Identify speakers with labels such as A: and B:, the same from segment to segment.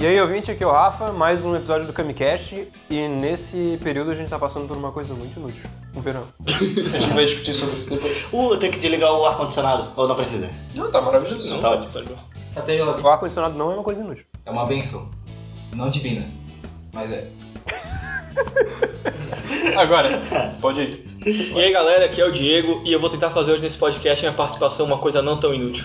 A: E aí, ouvinte, aqui é o Rafa, mais um episódio do Camicast, e nesse período a gente tá passando por uma coisa muito inútil, o verão.
B: A gente vai discutir sobre isso depois.
C: Uh, eu tenho que desligar o ar-condicionado. Ou não precisa?
B: Não, tá maravilhoso. Não,
C: Tá ótimo.
B: pode ver.
D: Até geladeira.
A: O ar-condicionado não é uma coisa inútil.
D: É uma benção. Não divina. Mas é.
B: Agora, pode ir.
E: E aí galera, aqui é o Diego e eu vou tentar fazer hoje nesse podcast minha participação uma coisa não tão inútil.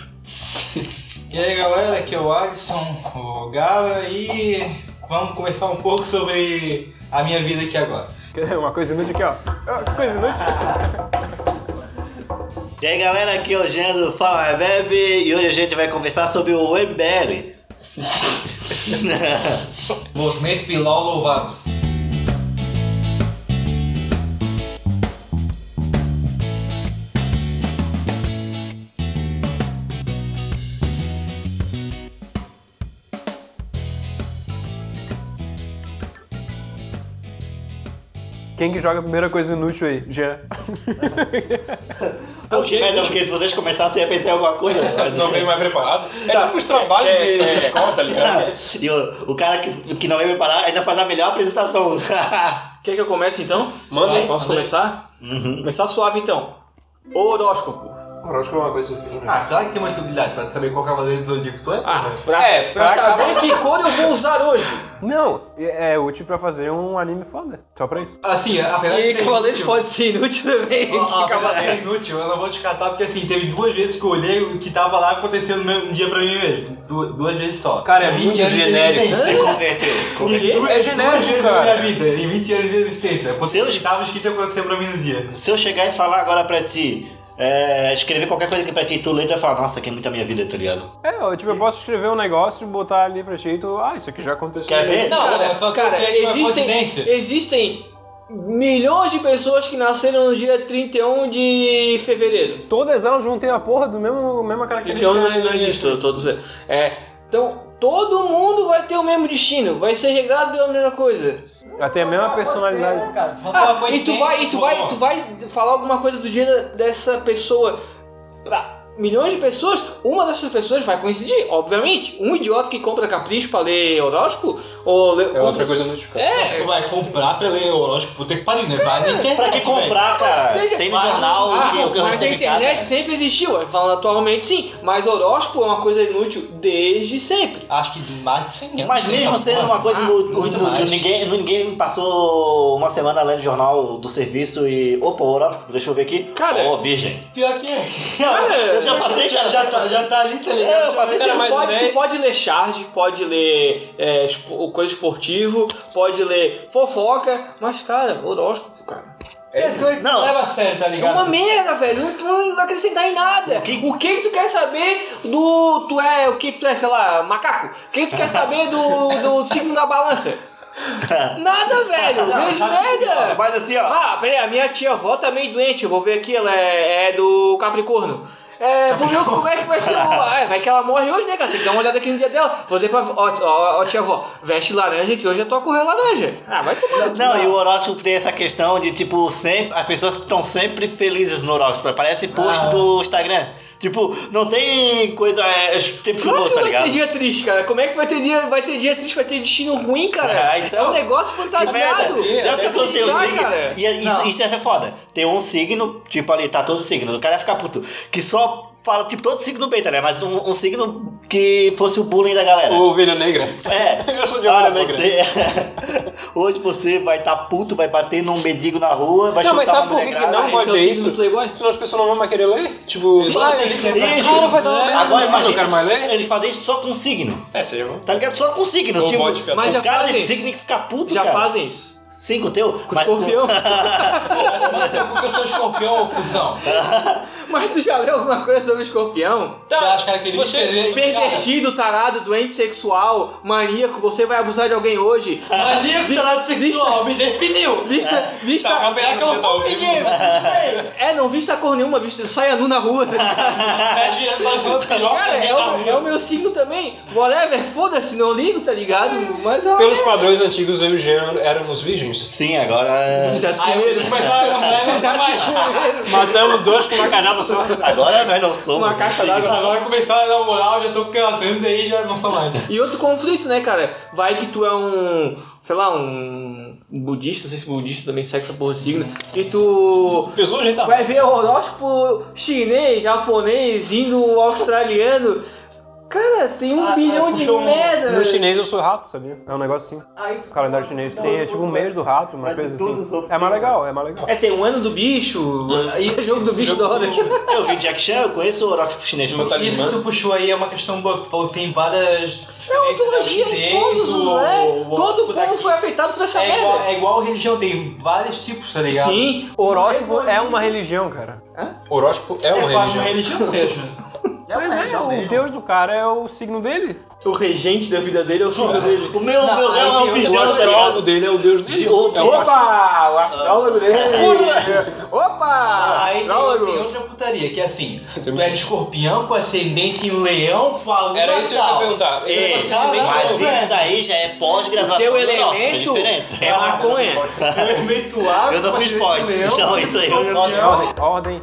D: E aí galera, aqui é o Alisson, o Gala, e vamos conversar um pouco sobre a minha vida aqui agora.
A: Quer dizer, Uma coisa inútil aqui, ó. Ah, que Coisa inútil.
C: E aí galera, aqui é o Jean do Fala é Web e hoje a gente vai conversar sobre o MBL.
D: Movimento Bilal Louvado.
A: Quem que joga a primeira coisa inútil aí? Jean. É.
C: Não, não, porque se vocês começassem a pensar em alguma coisa.
B: Não veio mais preparado. É
C: Tá.
B: tipo os trabalhos
E: É,
B: de
E: é.
B: de escola, tá ligado?
C: e o, o cara que, que não veio preparar ainda faz a melhor apresentação. Uhum.
E: Quer que eu comece então?
B: Manda aí.
E: Posso começar?
C: Uhum.
E: Começar suave então. Horóscopo.
A: Horóscopo é uma coisa inútil.
D: Ah, claro que tem uma utilidade pra saber qual cavaleiro do Zodíaco tu é.
E: Ah,
D: porra.
E: pra,
A: É,
E: pra
A: pra
E: saber que cor eu vou usar hoje.
A: Não, é é útil pra fazer um anime foda. Só pra isso.
D: Assim, apesar de
E: E
D: ser
C: é
E: cavaleiro
D: inútil-
E: pode ser inútil também.
D: Ó, ó,
E: que
D: apesar de
E: cavaleiro.
D: ser inútil, eu não vou descartar porque assim, teve duas vezes que eu olhei o que tava lá acontecendo no mesmo dia pra mim mesmo. Du- duas vezes só.
A: Cara, é
D: Em
A: muito
D: anos de
A: genérico.
D: existência.
C: Se converteu, se
D: Em
C: converteu.
E: quê?
D: duas,
A: É
D: duas
A: genérico,
D: vezes
A: cara.
D: na minha vida, em 20 anos de existência. Você
C: Seus-
D: estava escrito acontecendo pra mim no dia.
C: Se eu chegar e falar agora pra ti, é, escrever qualquer coisa que pra ti, tu lê, tu vai falar, nossa, que é muito a minha vida, tá ligado?
A: É, eu, tipo, eu posso escrever um negócio, botar ali pra ti e tu... Ah, isso aqui já aconteceu.
C: Quer ver?
E: Não,
D: Cara,
E: cara,
D: só que eu tenho uma
E: existem,
D: coincidência.
E: existem milhões de pessoas que nasceram no dia 31 de fevereiro.
A: Todas elas vão ter a porra do mesmo, mesma característica.
E: Então não, não existe, eu tô dizendo. É, então todo mundo vai ter o mesmo destino, vai ser regrado pela mesma coisa.
A: Vai ter a mesma personalidade.
D: Cara, só
E: Ah,
D: uma coincidência,
E: e tu vai, e tu
D: pô.
E: vai, tu vai falar alguma coisa do dia da- dessa pessoa pra milhões de pessoas, uma dessas pessoas vai coincidir, obviamente. Um idiota que compra capricho pra ler horóscopo ou lê,
A: É outra
E: compra...
A: coisa inútil. cara.
E: É,
D: Tu vai comprar pra ler horóscopo, puta que pariu, né? Vai na internet.
C: Pra
D: velho.
C: que comprar, cara?
E: seja, Ah,
C: Tem no
D: claro.
C: jornal o que, é o que eu
E: mas a
C: recebo em casa.
E: internet sempre existiu, é, falando atualmente sim, mas horóscopo é uma coisa inútil desde sempre.
D: Acho que mais de 100 anos.
C: Mas mesmo sendo uma coisa
D: Ah,
C: inú-
D: muito
C: inútil,
D: mais.
C: ninguém, ninguém me passou uma semana lendo jornal do serviço e. Opa, horóscopo, deixa eu ver aqui.
E: Cara-
C: Ô, virgem.
D: Pior que é.
E: Cara,
C: eu já passei, já, já,
D: tá, já tá ali, tá
C: É, eu
D: ligado?
C: passei
E: Cara,
A: mas
E: pode,
A: né?
E: tu pode ler charge, pode ler é, espo- coisa esportivo, pode ler fofoca, mas, cara, horóscopo, cara.
D: É, tu é-
C: Não.
D: leva a sério, tá
E: É
D: ligado?
E: uma merda, velho. Não, tu não vai acrescentar em nada.
C: O
E: O
C: que-
E: que, que tu quer saber do. Tu é. O que tu é, sei lá, macaco? O que tu quer saber do, do signo da balança? Nada, velho. Vez merda.
C: Mas assim, ó.
E: Ah, peraí, a minha tia avó tá meio doente, eu vou ver aqui, ela é, é do Capricorno. É, vou ver como é que vai ser o. Ah, é, vai que ela morre hoje, né, cara? Tem que dar uma olhada aqui no dia dela. Vou dizer pra. Ó, ó, ó tia avó, veste laranja que hoje eu tô a correr laranja. Ah, vai tomar. no cu.
C: Não, e o horóscopo tem essa questão de, tipo, sempre, as pessoas estão sempre felizes no horóscopo. Parece post
D: Ah.
C: do Instagram. Tipo, não tem coisa. É, é tempo de
E: Claro
C: boa,
E: que
C: tá
E: vai ter
C: ligado?
E: dia triste, cara. Como é que vai ter dia, vai ter dia triste, vai ter destino ruim, cara?
C: Ah, então-
E: é um negócio
C: Que merda!
E: fantasiado. É,
C: Já
E: Tem
C: pensou
E: que
C: ter um
E: ligar,
C: signo?
E: cara.
C: E isso,
D: Não.
C: isso ia ser foda. Ter um signo, tipo ali, tá todo signo. O cara ia ficar puto. Que só fala, tipo, todo signo bem, tá ligado? Mas um, um signo que fosse o bullying da galera.
A: Ovelha negra.
C: É.
A: Eu sou de Ovelha
C: Ah,
A: Negra.
C: você- Hoje você vai estar puto, vai bater num mendigo na rua, vai
A: Não,
C: chutar
A: mas sabe
C: uma
A: por que
C: mulher
A: que
C: grávida.
A: não
E: Esse é o
A: botei
E: signo do
A: isso?
E: Playboy?
A: Senão as pessoas não vão mais querer ler. Tipo,
D: Sim,
A: ah,
D: tem que ser
A: ele-
C: isso.
A: cara, vai dar uma merda. né?
C: Agora
A: eu não quero mais
C: imagina,
A: ler.
C: eles fazem isso só com signo.
B: É, seja bom.
C: Tá ligado? Só com signo.
B: Ou
C: tipo,
B: vodka.
E: Mas
C: o
E: já
C: cara
E: fazem
C: desse
E: isso.
C: signo que fica puto,
E: Já
C: é cara.
E: fazem isso.
C: Cinco teu?
E: Com
C: mas
E: escorpião.
D: Mas daqui a pouco eu sou escorpião, cuzão.
E: Mas tu já leu alguma coisa sobre escorpião?
D: Já as características
B: você-
E: é
D: dele, cara.
E: Pervertido, tarado, doente sexual, maníaco, você vai abusar de alguém hoje.
D: Maníaco, tarado sexual, me definiu.
E: Vista, vista.
D: Tá, mas é que eu não tô
B: ouvindo.
E: É, não vista cor nenhuma, vista, saia nu na rua. tá ligado?
D: Pede passando piroca,
E: Cara, é
D: tá
E: o, é o meu signo também. Whatever, foda-se, não ligo, tá ligado? Mas é uma
A: Pelos
E: merda.
A: padrões antigos, eu e o Jean éramos virgem.
B: mesmos.
C: Sim, agora. é-
E: Já se
D: Aí
E: comeram.
D: você começou a namorar e não
E: Já
D: quer é mais.
E: se comeram.
B: Matamos dois com uma canada só.
C: Agora é, nós não somos.
E: Uma caixa
C: um signo.
E: d'água.
D: Agora começaram a namorar, eu já tô com relacionando aí já não sou mais.
E: E outro conflito, né, cara? Vai que tu é um, sei lá, um budista, não sei se budista também segue essa porra de signo, e tu
B: Pesou a gente tá.
E: vai ver horóscopo chinês, japonês, indo australiano. Cara, tem um
D: Ah,
E: bilhão
D: ah,
E: de
D: puxou um-
E: merda.
A: No chinês eu sou rato, sabia? É um negócio assim.
C: Aí tu-
A: O calendário chinês
C: Não,
A: tem é
C: eu-
A: tipo um mês do rato, umas
C: mas de
A: coisas
C: todos os
A: assim.
C: outros
A: É mais
C: tem-
A: legal, é mais legal.
E: É, tem um ano do bicho, e jogo do bicho da hora.
C: Eu vi Jack Chan, eu conheço o horóscopo chinês.
B: Meu tá-
D: Isso que tu puxou aí é uma questão. bo- ou Tem várias.
E: É uma antologia em todos,
D: o-
E: né?
D: o-
E: Todo
D: o-
E: povo foi afetado por essa
D: É igual,
E: merda.
D: é igual religião, tem vários tipos, tá ligado?
E: Sim,
A: O horóscopo é uma religião, cara.
B: Horóscopo é
D: é
B: uma
D: quase
B: religião.
D: uma religião mesmo.
A: Pois é, o deus do cara é o signo dele.
E: o regente da vida dele é o signo dele.
C: O meu,
D: Não,
C: meu,
D: aí tem
C: meu, meu
D: o
B: O
C: vizinho, tá
B: astrólogo
C: ligado?
B: dele é o deus dele.
C: De- o-
B: É o astro-
E: Opa! O astrólogo dele! Opa!
D: Ah, Aí tem, tem
E: Astrólogo!
D: outra putaria, que é assim,
B: Tem
D: tu é de escorpião com ascendência em leão com a lua
B: Era isso que eu ia
A: É,
D: tal.
B: perguntar. Esse
C: Ei,
B: negócio de ascendente
D: caralho,
B: não
C: mas
B: é
D: velho.
C: isso daí já é pós-gravação.
E: Teu
D: um
C: do horóscopo, é
E: elemento
C: diferente.
E: é maconha.
D: Elemento ar
C: Eu não
D: com
C: fiz
D: ascendência em
C: pós,
D: leão.
C: então isso aí. eu-
A: Ordem, ordem, ordem.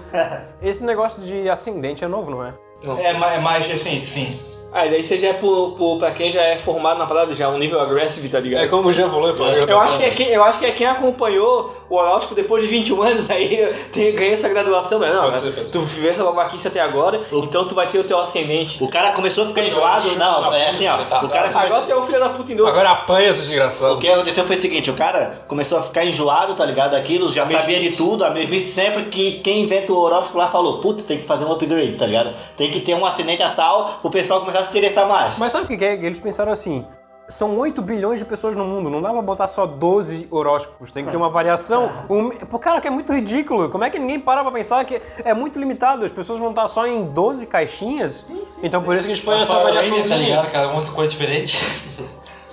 A: Esse negócio de ascendente é novo, não é?
D: É, ma- é mais recente, sim.
E: Aí daí você já é pro, pro- pra quem já é formado na parada, já é um nível agressivo, tá ligado?
B: É como o Jean falou, pô.
E: eu, acho que é quem, eu acho que é quem acompanhou o horóscopo depois de 21 anos aí tem, ganha essa graduação, né? Não, né?
B: Pode ser, pode ser.
E: tu viveu essa babaquice até agora,
C: O-
E: então tu vai ter o teu ascendente.
C: O cara começou a ficar enjoado. Não, é assim, ó. O cara
E: Agora
C: começou.
E: tu é o filho da puta em dobro.
B: Agora apanha esse
C: O
B: desgraçado.
C: que aconteceu foi o seguinte, o cara começou a ficar enjoado, tá ligado? Aquilo, já
B: A
C: sabia
B: mesmice.
C: de tudo, a mesmice sempre que quem inventa o horóscopo lá falou, putz, tem que fazer um upgrade, tá ligado? Tem que ter um acidente a tal, o pessoal começar a se interessar mais.
A: Mas sabe o que que é? Eles pensaram assim. São 8 bilhões de pessoas no mundo, não dá pra botar só 12 horóscopos, tem que ter uma variação. Um... Pô, cara, que é muito ridículo. Como é que ninguém para pra pensar que é muito limitado? As pessoas vão estar só em 12 caixinhas? então por isso que eles põem essa
D: tá
A: variaçãozinha.
D: ligado, cara? Muita coisa diferente.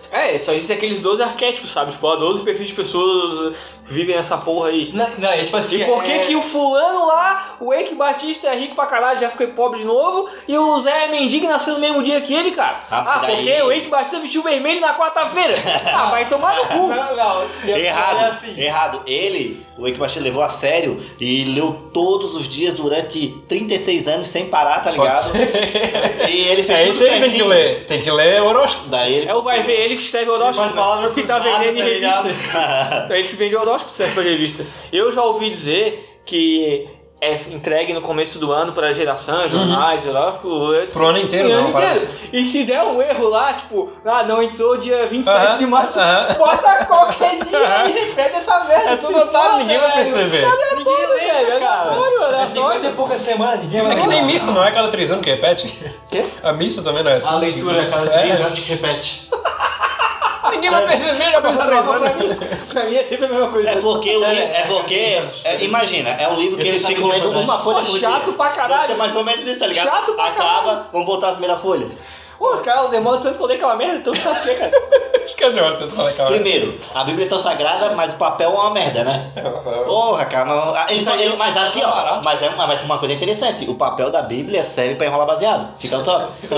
E: É, só existem aqueles 12 arquétipos, sabe? Tipo, ó, 12 perfis de pessoas vivem essa porra aí.
D: Não, não, é tipo assim...
E: E por que
D: é-
E: que o fulano lá, o Eike Batista é rico pra caralho, já ficou pobre de novo, e o Zé Mendigo nasceu no mesmo dia que ele, cara? Ah,
C: Ah, daí-
E: porque o Eike Batista vestiu vermelho na quarta-feira. ah, vai tomar no cu.
D: Não, não. é-
C: Errado,
D: É assim.
C: errado. Ele, o Ekmachi levou a sério e leu todos os dias durante 36 anos sem parar, tá ligado? E ele fez
B: É
C: tudo
B: isso aí que tem que
C: certinho.
B: ler. Tem que ler horóscopo.
C: Daí ele
E: É o vai ver ele que escreve horóscopo,
D: Umas palavras
E: que tá
D: cruzadas,
E: vendendo
D: tá
E: em
D: ligado?
E: revista. É ele que vende horóscopo, serve pra revista. Eu já ouvi dizer que é entregue no começo do ano pra geração, jornais, horóscopo,
B: Pro ano inteiro,
E: E
B: não.
E: ano
B: parada
E: inteiro. E se der um erro lá, tipo, ah, não entrou dia 27
B: Aham,
E: de março,
B: aham.
E: bota qualquer dia
B: Aham.
E: e repete essa merda.
B: É tudo otário, ninguém vai perceber.
E: Ninguém lembra, cara.
D: É 50 e poucas semanas, ninguém vai
B: É que nem
D: lembrar.
B: missa, não é a cada três anos que repete?
E: Quê?
B: A missa também não é assim.
D: A leitura a cada três
B: É.
D: anos que repete.
B: Ninguém vai perceber, já passou três
E: Pra
B: anos.
E: mim, pra mim é sempre a mesma coisa.
C: É porque, o li- é porque é, imagina, é um livro que eles ficam lendo uma folha
E: Pô,
C: por
E: chato
C: dia.
E: pra caralho.
C: Deve ser mais ou menos isso, tá ligado?
E: Chato pra
C: Acaba, vamos botar a primeira folha.
E: Pô, cara, demora tanto pra ler aquela merda, então sabe o que, cara?
B: Acho que é de hora de falar, cara.
C: Primeiro, a Bíblia é tão sagrada, mas o papel é uma merda, né?
E: É.
C: Porra, cara, não... ah, eles- eles- mas aqui,
E: tá
C: ó, mas é uma, mas uma coisa interessante, o papel da Bíblia serve pra enrolar baseado. Fica top.
D: Pô,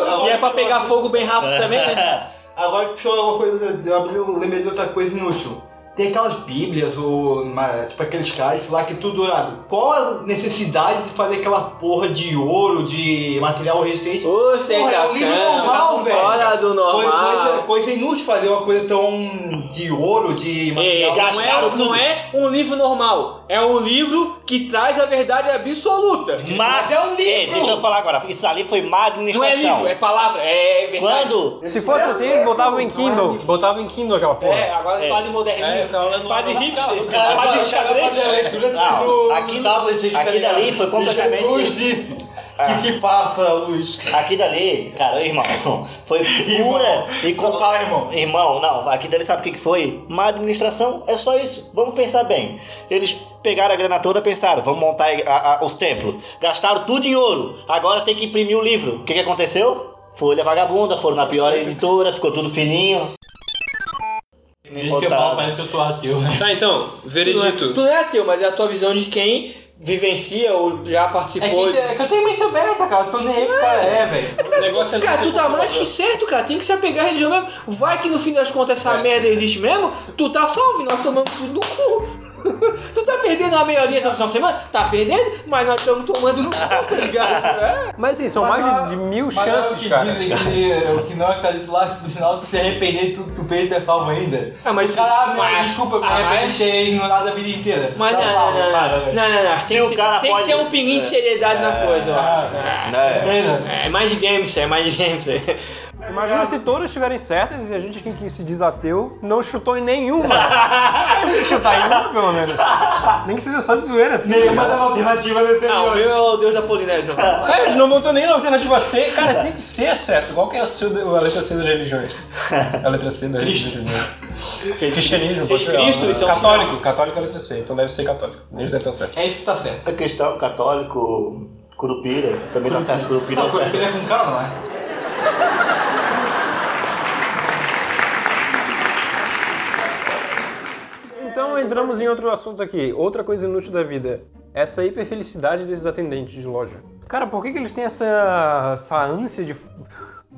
D: agora
E: é pra
D: puxou-
E: pegar fogo bem
B: É.
E: rápido também, né?
D: Agora que puxou uma coisa, eu abri- eu lembrei de outra coisa inútil. Tem aquelas bíblias, ou uma- tipo aqueles cálices lá que é tudo dourado. Qual a necessidade de fazer aquela porra de ouro, de material resistente?
E: Ostentação,
D: Porra, é um livro
C: tá
D: normal, velho.
E: fora do
D: Coisa, coisa,
E: normal.
D: coisa é, inútil fazer uma coisa tão de ouro, de
E: É,
D: material.
E: não,
C: gastaram
E: é,
C: tudo.
E: não é um livro normal, é um livro que traz a verdade absoluta.
C: Mas é um
D: livro.
C: deixa eu falar agora, isso ali foi má
E: Não é
C: administração.
E: livro, é palavra, é verdade.
C: Quando?
A: Se fosse assim, eles botavam em Kindle. Botavam em Kindle aquela
E: É,
A: porra.
E: agora
C: É.
E: fala de
B: É,
E: modernismo,
B: tá lendo
E: fala de
B: lá,
E: hipster,
D: Cara,
E: fala de
D: cara, fazer a
B: né?
E: xadrez.
D: leitura do-
C: Não,
D: do-
C: aqui-
D: do tablet, tá
C: aqui
D: ligado?
C: dali foi
D: E
C: completamente-
D: Jesus disse
C: Ah.
D: que se passa a luz.
C: Aqui dali, cara, irmão, foi
D: Irmão.
C: pura e
D: Não fala, irmão.
C: Irmão, não, aqui dali sabe o que que foi? Má administração, é só isso. Vamos pensar bem. Eles pegaram a grana toda e pensaram, vamos montar a- a- os templos. Gastaram tudo em ouro, agora tem que imprimir o livro. O que, que aconteceu? Folha vagabunda, foram na pior editora, ficou tudo fininho. Nem
D: Fica mal,
C: botaram.
D: parece que eu sou ateu, né?
B: Tá,
E: Tu
B: então,
E: não é- Tu
B: veredito.
E: não é ateu, mas é a tua visão de quem vivencia ou já
D: É
E: participou.
D: que, é que eu tenho mente aberta, cara. Eu tô nem aí pro cara é, velho.
B: O negócio é não
E: Cara,
B: ser
E: tu tá mais
B: conservador.
E: que certo, cara. Tem que se apegar à religião mesmo. Vai que no fim das contas essa
B: É.
E: merda existe mesmo, tu tá salvo, nós tomamos tudo no cu. tu tá perdendo a meia horinha toda essa semana? Tá perdendo, mas nós estamos tomando no cu, tá ligado? É.
A: Mas assim, são
D: Mas
A: mais
D: não-
A: de, de mil
D: Mas não é o
A: chances,
D: que
A: cara.
D: dizem que o que não acredito lá no final, tu se arrepender, tu, tu peito é salvo ainda.
E: Ah, mas-
D: O cara, ah, meu,
E: mas-
D: desculpa, me
E: ah,
D: arrependi
E: mas-
D: de ter ignorado a vida inteira.
E: Mas não,
D: Tá,
E: não,
D: para,
E: não,
D: para,
E: não, não,
D: velho.
E: não, não.
C: Se
E: Tem
C: o
E: que-
C: cara
E: tem
C: pode-
E: que ter um pinguinho de seriedade na coisa, eu acho.
D: Ah,
C: Né?
D: Entendeu?
E: É, mais games, é mais games. É.
A: Imagina se todas estiverem certas e a gente aqui que se desateu não chutou em nenhuma. Tem que chutar em uma, pelo menos. Nem que seja só de zoeira, assim.
D: Nenhuma das alternativas desse
E: Não,
D: meu.
E: eu é o deus da Polinésia.
B: É, a gente não botou nem na alternativa C. Cara, sempre C é certo. Qual que é a, seu, a letra C das religiões? É A letra C das
E: Cristo.
B: religiões. Cristianismo,
E: Sem
B: Portugal,
E: Cristo,
B: né?
E: isso é um
B: Católico. Católico é a letra C, então deve ser católico. Nem deve estar certo.
D: É isso que tá certo.
C: É cristão, católico, curupira, também tá certo, curupira.
D: Não, quando
C: tá certo.
D: ele é com calma, né?
A: Então entramos em outro assunto aqui. Outra coisa inútil da vida. Essa hiperfelicidade desses atendentes de loja. Cara, por que, que eles têm essa, essa ânsia de.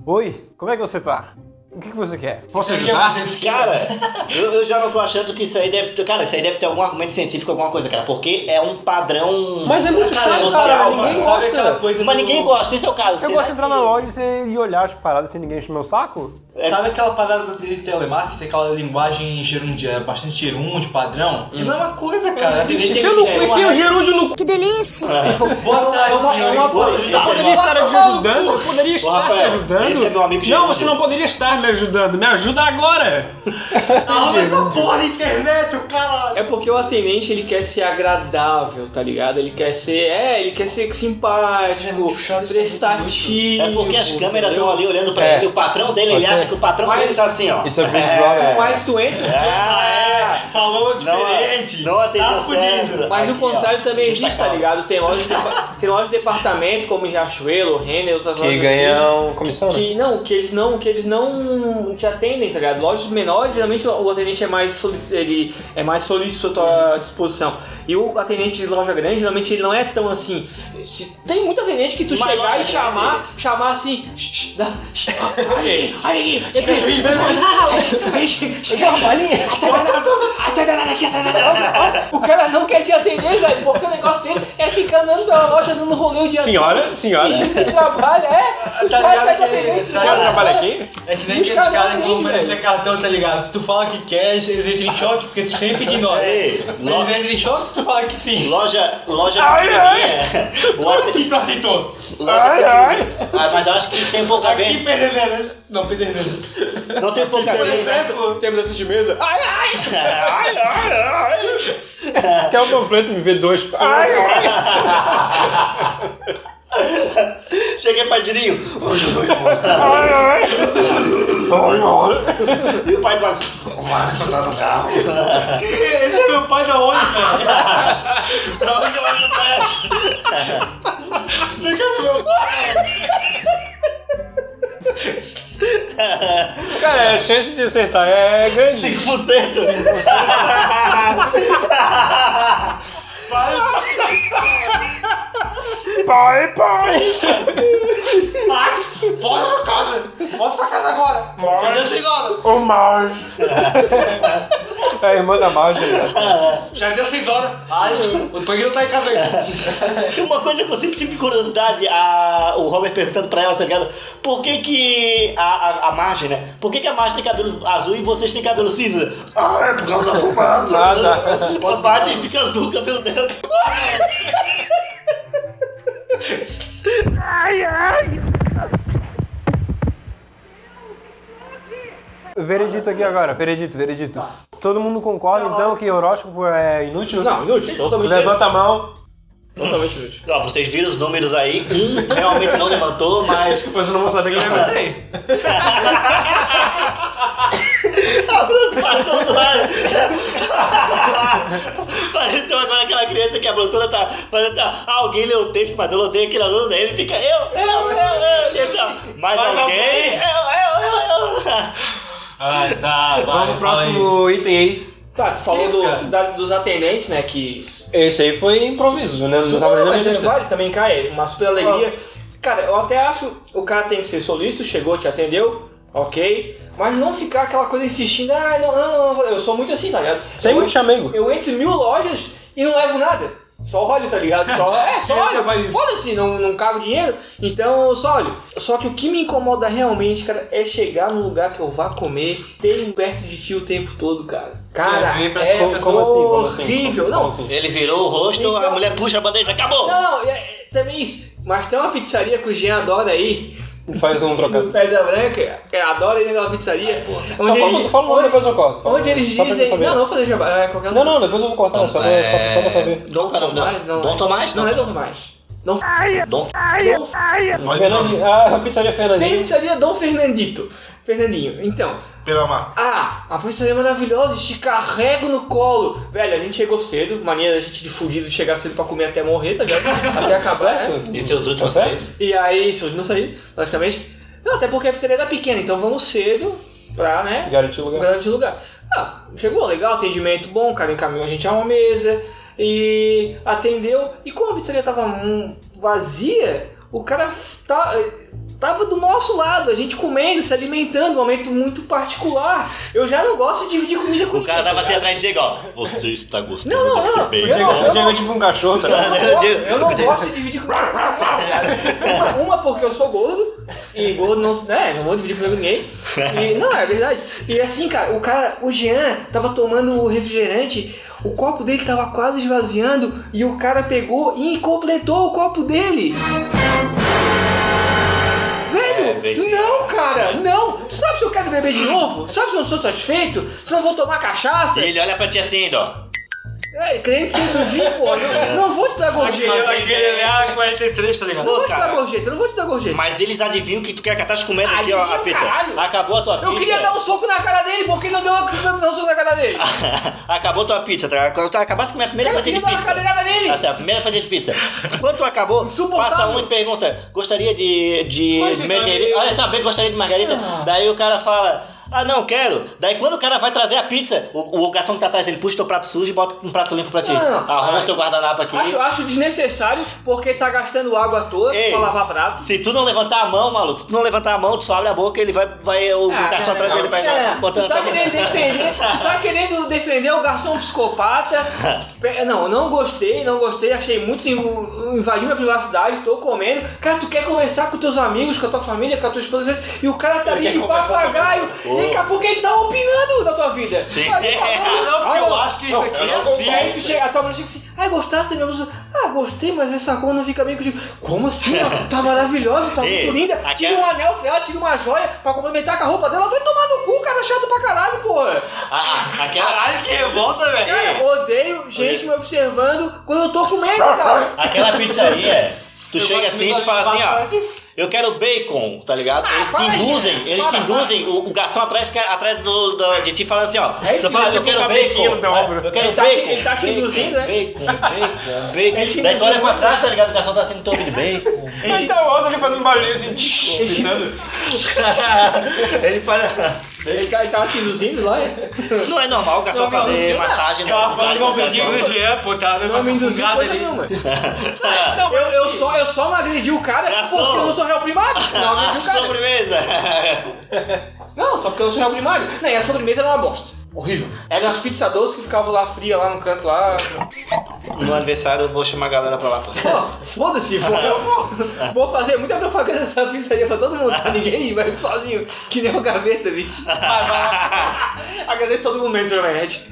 A: Oi, como é que você tá? O que, que você quer?
D: Posso
B: ajudar?
C: Ah, Cara, eu, eu já não tô achando que isso aí deve ter. Cara, isso aí deve ter algum argumento científico, alguma coisa, cara, porque é um padrão.
B: Mas é muito chato, cara,
D: ninguém
C: sabe
D: gosta.
C: aquela coisa
D: Mas
C: Mas
D: ninguém
C: ninguém gosta, esse é o caso.
A: Eu gosto de entrar na loja e ser- e olhar as paradas sem ninguém encher meu saco?
D: Sabe aquela parada de telemarketing, aquela linguagem gerundia, bastante gerúndio, padrão? É a mesma coisa, cara. é A TV tem
B: Enfia no cu,
D: que
B: enfia o gerúndio no cu.
D: Bota aí, senhor.
C: boa, esse é
B: Poderia
C: Vai
E: tomar
B: estar te
E: no
B: ajudando? Eu poderia estar te
C: Rafael,
B: ajudando?
C: esse é meu amigo
B: não,
C: Jesus.
B: você não poderia estar me ajudando. Me ajuda agora!
D: Arruma essa porra na internet, o cara.
E: É porque o atendente ele quer ser agradável, tá ligado? Ele quer ser, é, ele quer ser simpático, prestativo.
C: É porque as câmeras
E: entendeu?
C: estão ali olhando pra
A: É.
C: ele, o patrão dele, ele
A: Pode
C: acha
A: ser.
C: que o patrão
E: Mas-
C: dele tá assim, ó.
A: It's a big
C: É.
A: brother.
E: Mas tu entra,
C: Ah,
D: É, falou
C: Não,
D: diferente.
C: não atendeu
D: tá
C: certo.
D: fudido.
E: Mas o
C: Aqui,
E: contrário
C: ó,
E: também
C: É. justa
E: existe, tá
C: causa.
E: ligado? Tem lojas, de, tem lojas de departamento como Riachuelo, Renner, outras lojas
A: Que ganham comissão,
E: assim,
A: né?
E: que não, que eles não, que eles não te atendem, tá ligado? Lojas menores, geralmente o atendente é mais solic- ele é mais solícito à tua disposição. E o atendente de loja grande, geralmente ele não é tão assim. Se- tem muito atendente que tu
C: Mas
E: chegar
C: loja
E: e chamar, chamar assim, "Shh, shh, dá- shh, aí, aí, entra aí,
D: Vem, vem,
E: Aí chega uma bolinha. O cara não quer te atender, velho, porque o negócio dele é ficar andando pela loja dando rolê o dia
B: Senhora, senhora.
E: todo. Fingindo que trabalha, é. Tu
D: Tá
E: sai,
D: ligado
E: sai da
D: que-
E: atendente, tu
D: tá
B: A
E: sai
B: senhora
E: da
B: trabalha
E: sala.
B: aqui?
D: É que nem
E: Os
D: aqueles
E: caras
D: caras que
E: não
D: vão
E: entendem,
D: oferecer cartão, tá ligado? Se tu fala que quer, eles entram em choque, porque tu sempre ignora.
C: Ei,
D: Mas
C: lo-
D: eles entram em choque se tu fala que sim.
C: Loja, loja
B: Ai,
C: pequenininha. O
D: Como
C: ate-
D: assim tu aceitou?
C: loja pequenininha. Ah, mas eu acho que tem pouca
D: Aqui,
C: venda.
D: Pederneiras. Não, Pederneiras.
C: Não tem pouca
E: Por
C: venda.
E: exemplo, temos essa de mesa. Ai, ai!
C: Ai, ai, ai.
B: Até o panfleto me vê dois. Ai, ai.
C: Cheguei pra Dirinho. Hoje eu tô E o pai fala assim, o Marcos tá no carro.
D: Esse é meu pai da onde, cara?
C: Pra onde é? eu olho pra
B: Cara, a chance de acertar é
C: 5%.
B: grande. Pai, pai.
D: Bora pra casa. Bora pra casa agora. Bora. Já deu horas.
B: O Marge. É a irmã da Marge. né?
D: Já deu seis horas. Ai, o Panguinho tá em casa ainda.
C: E uma coisa que eu sempre tive curiosidade, a- o Robert perguntando pra ela, tá ligado? Por que que a, a, a Marge, né? Por que que a Marge tem cabelo azul e vocês têm cabelo cinza? Ah, é por causa da fumaça.
A: Ah,
C: A Marge fica azul o cabelo dela.
A: Veredito aqui agora, veredito, veredito. Todo mundo concorda então que horóscopo é inútil?
E: Não, inútil, totalmente inútil.
A: Levanta a mão.
E: Totalmente inútil.
C: Ó, vocês viram os números aí. Um realmente não levantou, mas...
A: Vocês não vão saber quem é.
C: Tá Passou do ar. Pareceu agora aquela criança que a professora tá fazendo assim, ah, alguém leu o texto, mas eu odeio aquele aluno, daí ele fica, eu, eu, eu, eu, e ele tá, mais
E: Mas
C: alguém?
E: alguém?
C: Eu, eu, eu, eu.
D: Ai, tá.
A: Vamos pro próximo item aí.
E: Tá, tu falou
D: Isso,
E: do-
D: cara.
E: da- dos atendentes, né? Que.
A: Esse aí foi improviso, né? Não tava nem na
E: Não, mas é
A: minha
E: eles
A: lista.
E: vale também, cai Uma super alegria. Cara, eu até acho o cara tem que ser solícito, chegou, te atendeu, ok. Mas não ficar aquela coisa insistindo, ah, não, não, não, eu sou muito assim, tá ligado?
A: Sem é
E: eu,
A: muito chamego.
E: eu entro em mil lojas e não levo nada. Só olho, tá ligado? Só, é, só
D: Sim, mas
E: olho.
D: isso-
E: Foda-se, não, não cago dinheiro, então eu só olho. Só que o que me incomoda realmente, cara, é chegar num lugar que eu vá comer, ter um perto de ti o tempo todo, cara. Cara,
D: vem pra-
E: é
A: Como, como assim? Como assim?
E: horrível.
A: Como
E: Não,
A: assim?
C: Ele virou o rosto, a
E: Então-
C: mulher puxa a bandeja, acabou!
E: não, não, é- é- também isso. Mas tem uma pizzaria que o Jean adora aí,
A: Faz um trocado.
E: no Pedra Branca, que adora ir naquela pizzaria.
A: Só
E: onde
A: fala, um,
E: eles,
A: fala o nome,
E: onde,
A: depois eu corto. Fala.
E: onde eles
A: Só pra
E: dizem.
A: saber.
E: Não, não vou fazer jabá, é qualquer um.
A: Não, não, depois eu vou cortar, só, pra, só, pra- só pra saber.
E: Dom
C: Cara, não.
E: Tomás, não.
C: Dom Tomás,
E: Não
C: não.
E: é Dom Tomás. Dom
C: Dom-
A: Fernandinho, ah, a pizzaria
E: Tem a
A: Fernandinho.
E: pizzaria Dom Fernandito. Fernandinho, então.
D: Pela mar.
E: Ah, a pizzaria é maravilhosa, te carrego no colo. Velho, a gente chegou cedo, mania da gente de fudido de chegar cedo pra comer até morrer, tá ligado? Até acabar. né?
A: Certo?
C: E seus últimos
A: Tá certo?
C: três?
E: E aí, se eu não sair, logicamente. Não, até porque a pizzaria era pequena, então vamos cedo pra, né?
A: Garantiu o
E: Um
A: lugar.
E: grande lugar. Ah, chegou, legal, atendimento bom, o cara encaminhou a gente a uma mesa e atendeu. E como a pizzaria tava hum, vazia, o cara tá- tava do nosso lado, a gente comendo, se alimentando, um momento muito particular. Eu já não gosto de dividir comida com
C: O cara tava
E: ninguém,
C: assim atrás de Diego, ó. Você está gostando
E: Não, não,
C: desse
E: não.
C: bacon?
E: Eu não-
A: O Diego é tipo um cachorro, tá ligado?
E: Eu não gosto- Eu não gosto de dividir com uma, uma porque eu sou gordo e gordo não, né, não vou dividir com ninguém. E, não, é verdade. E assim, cara, o cara, o Jean tava tomando o refrigerante, o copo dele tava quase esvaziando e o cara pegou e completou o copo dele.
C: É,
E: Velho,
C: verdade.
E: não, cara, não. Tu sabe se eu quero beber de novo? Sabe se eu não sou satisfeito? Se eu não vou tomar cachaça?
C: E ele olha pra ti assim ainda, ó.
E: É, crente seduzir, pô. Não, não vou te
D: Tá,
E: dar gorjeta.
D: é Aquele A43, tá ligado?
E: Eu não vou te
C: Cara.
E: dar gorjeta, eu não vou te dar gorjeta.
C: Mas eles adivinham que tu quer catar as comendo aqui, ó, a
E: Adivinha,
C: pizza.
E: caralho.
C: Acabou a tua pizza.
E: Eu queria dar um soco na cara dele, porque ele não deu, não deu um soco na cara dele.
C: Acabou tua pizza, tá? Quando tu acabasse com a minha primeira
E: Cara,
C: fatia
E: eu queria
C: de
E: dar uma
C: pizza.
E: cadeirada nele.
C: Assim, a primeira fatia de pizza. Quando tu acabou,
E: Insuportável.
C: passa um e pergunta: gostaria de. de
A: Mas você
C: margarita?
A: sabe-
C: Olha, sabe, gostaria de margarita?
E: Ah.
C: Daí o cara fala. Ah, não, quero. Daí quando o cara vai trazer a pizza, o, o garçom que tá atrás dele puxa teu prato sujo e bota um prato limpo pra ti.
E: Não, não, não.
C: Arruma
E: Ai.
C: teu guardanapo aqui.
E: Acho, acho desnecessário, porque tá gastando água à toa
C: Ei.
E: pra lavar prato.
C: Se tu não levantar a mão, maluco, se tu não levantar a mão, tu só abre a boca, ele vai, vai o
E: Ah,
C: garçom
E: não,
C: atrás
E: não,
C: dele vai
E: não, não.
C: botando
E: Tu tá
C: a tua
E: querendo defender, tu tá querendo defender o garçom psicopata. Pe- Não, não gostei, não gostei, achei muito inv- invadiu minha privacidade, tô comendo. Cara, tu quer conversar com teus amigos, com a tua família, com a tua esposa, e o cara tá
A: Ele
E: ali
A: quer
E: de
A: conversar
E: papagaio,
C: Oh.
E: e daqui a pouco ele tá opinando da tua vida.
C: Sim.
E: Tá ali falando,
D: Não, porque
E: "Ah,
D: eu acho que isso aqui é
E: e aí tu
D: vida.
E: chega, a tua mulher chega assim, ah, gostasse da minha blusa? Ah, gostei, mas essa cor não fica bem contigo. Como assim? Ela tá maravilhosa, tá
C: Ei, é
E: muito linda.
C: aquela-
E: Tira um anel pra ela, tira uma joia pra complementar com a roupa dela. Vai tomar no cu, cara, chato pra caralho, porra.
C: Ah, ah, aquela,
D: Caralho, que revolta, velho.
E: Cara, eu odeio gente me observando quando eu tô com medo, cara.
C: aquela pizzaria, tu
D: Eu
C: chega
D: gosto
C: assim
D: de
C: e tu fala assim,
D: levar
C: ó, eu quero bacon, tá ligado?
E: Ah,
C: Eles te
E: para, gente.
C: induzem, eles te
E: Para,
C: induzem, o, o garçom atrás, fica atrás do, do- de ti fala assim, ó,
A: É isso,
C: tu fala,
A: ele
C: eu
A: fica
C: quero
A: cabecinho
C: bacon,
A: da obra.
C: eu quero
E: Ele tá te-
C: bacon,
E: ele tá te
C: bacon,
E: induzindo, né?
C: bacon, bacon,
E: Ele te
C: bacon, daí tu olha
E: induzindo.
C: pra trás, tá ligado, o garçom tá assim no teu de bacon.
A: Mas tá o outro ali fazendo barulho assim, gritando.
C: Ele fala...
E: Ele, tá- ele tava te induzindo lá, é?
C: Não é normal o garçom
E: Não, não,
C: fazer
E: não.
C: massagem no
D: Tava
C: lugar
D: falando com
C: do
D: o
C: garçom.
D: vizinho do Jean, pô. Tava
E: Não me induziu
D: fungada
E: coisa
D: ali.
E: nenhuma. eu, eu
C: assim,
E: só, eu só não agredi o cara
C: Garçom.
E: porque eu não sou réu primário. Não, eu agredi o cara.
C: "Ah, sobremesa!
E: Não, só porque eu não sou réu primário. Não, e a sobremesa era uma bosta. Horrível. Eram as pizzas doces que ficavam lá fria lá no canto lá.
C: No aniversário eu vou chamar a galera pra lá.
E: Pô, foda-se, pô. Eu vou, vou fazer muita propaganda dessa pizzaria pra todo mundo, pra ninguém ir, vai ir sozinho, que nem o gaveta, bicho. Vai, vai. Agradeço todo mundo mesmo, né, realmente.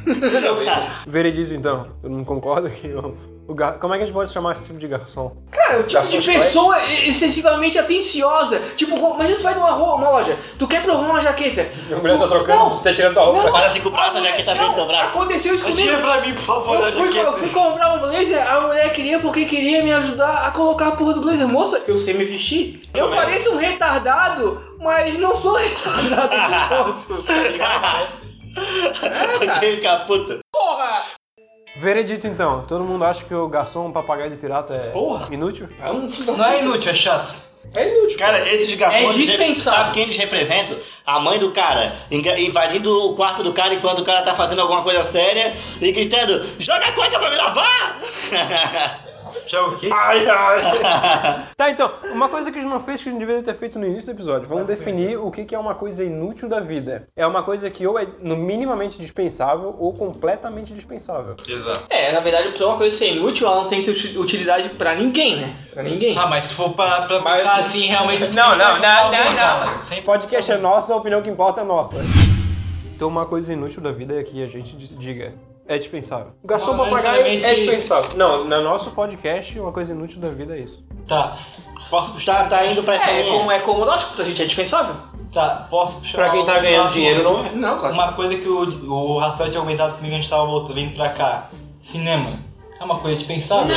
C: Tá.
A: Veredito então, eu não concordo que eu... o gar- Como é que a gente pode chamar esse tipo de garçom?
E: Cara, o tipo de
A: Garçom de
E: pessoa excessivamente atenciosa. Tipo, co- imagina tu vai numa ro- uma loja, tu quer provar uma jaqueta.
A: A mulher tá trocando,
E: Não,
A: tá tirando tua roupa.
E: não,
C: Fala assim com o braço,
E: a
C: já que tá
E: mulher-
C: dentro
E: não,
C: do braço.
E: Aconteceu isso comigo.
D: Tira pra mim, por favor, da
E: Eu fui, eu
D: jaqueta.
E: fui comprar uma blazer, a mulher queria porque queria me ajudar a colocar a porra do blazer. Moça, eu sei me vestir. Eu pareço um retardado, mas não sou retardado de ponto.
C: O Diego fica puto.
E: Porra!
A: Veredito então, todo mundo acha que o garçom, um papagaio de pirata é
E: Porra.
A: inútil?
E: É um filho da
D: Não é inútil, é chato.
B: É inútil.
C: Cara, esses gafanhotos.
E: É indispensável.
C: Sabe quem eles representam? A mãe do cara. inga- Invadindo o quarto do cara enquanto o cara tá fazendo alguma coisa séria e gritando: Joga a coisa pra me lavar!
B: Já o quê?
A: Ai, ai. tá, então, uma coisa que a gente não fez que a gente deveria ter feito no início do episódio. Vamos definir o que que é uma coisa inútil da vida. É uma coisa que ou é no minimamente dispensável ou completamente dispensável.
D: Exato.
E: É, na verdade, pra uma coisa ser inútil, ela não tem que ter utilidade pra ninguém, né? Pra ninguém.
D: Ah, mas se for pra, pra
B: Mas-
D: botar assim, realmente.
B: Não, não, não, não, não.
D: Sem
A: Podcast é nosso, a opinião que importa é nossa. Então, uma coisa inútil da vida é que a gente dis- diga. É dispensável. Gastou
D: Não,
A: papagaio é
D: necessariamente-
A: dispensável. Não, no nosso podcast, uma coisa inútil da vida é isso.
D: Tá. Posso puxar?
C: tá, tá indo pra essa
E: É,
C: linha.
E: como é como nós, a gente é dispensável?
D: Tá, posso puxar?
A: Pra quem tá
D: um-
A: ganhando
D: um-
A: dinheiro, não é.
E: Não, claro.
D: Uma coisa que o, o Rafael tinha comentado comigo antes tava voltando, vindo pra cá. Cinema. É uma coisa dispensável?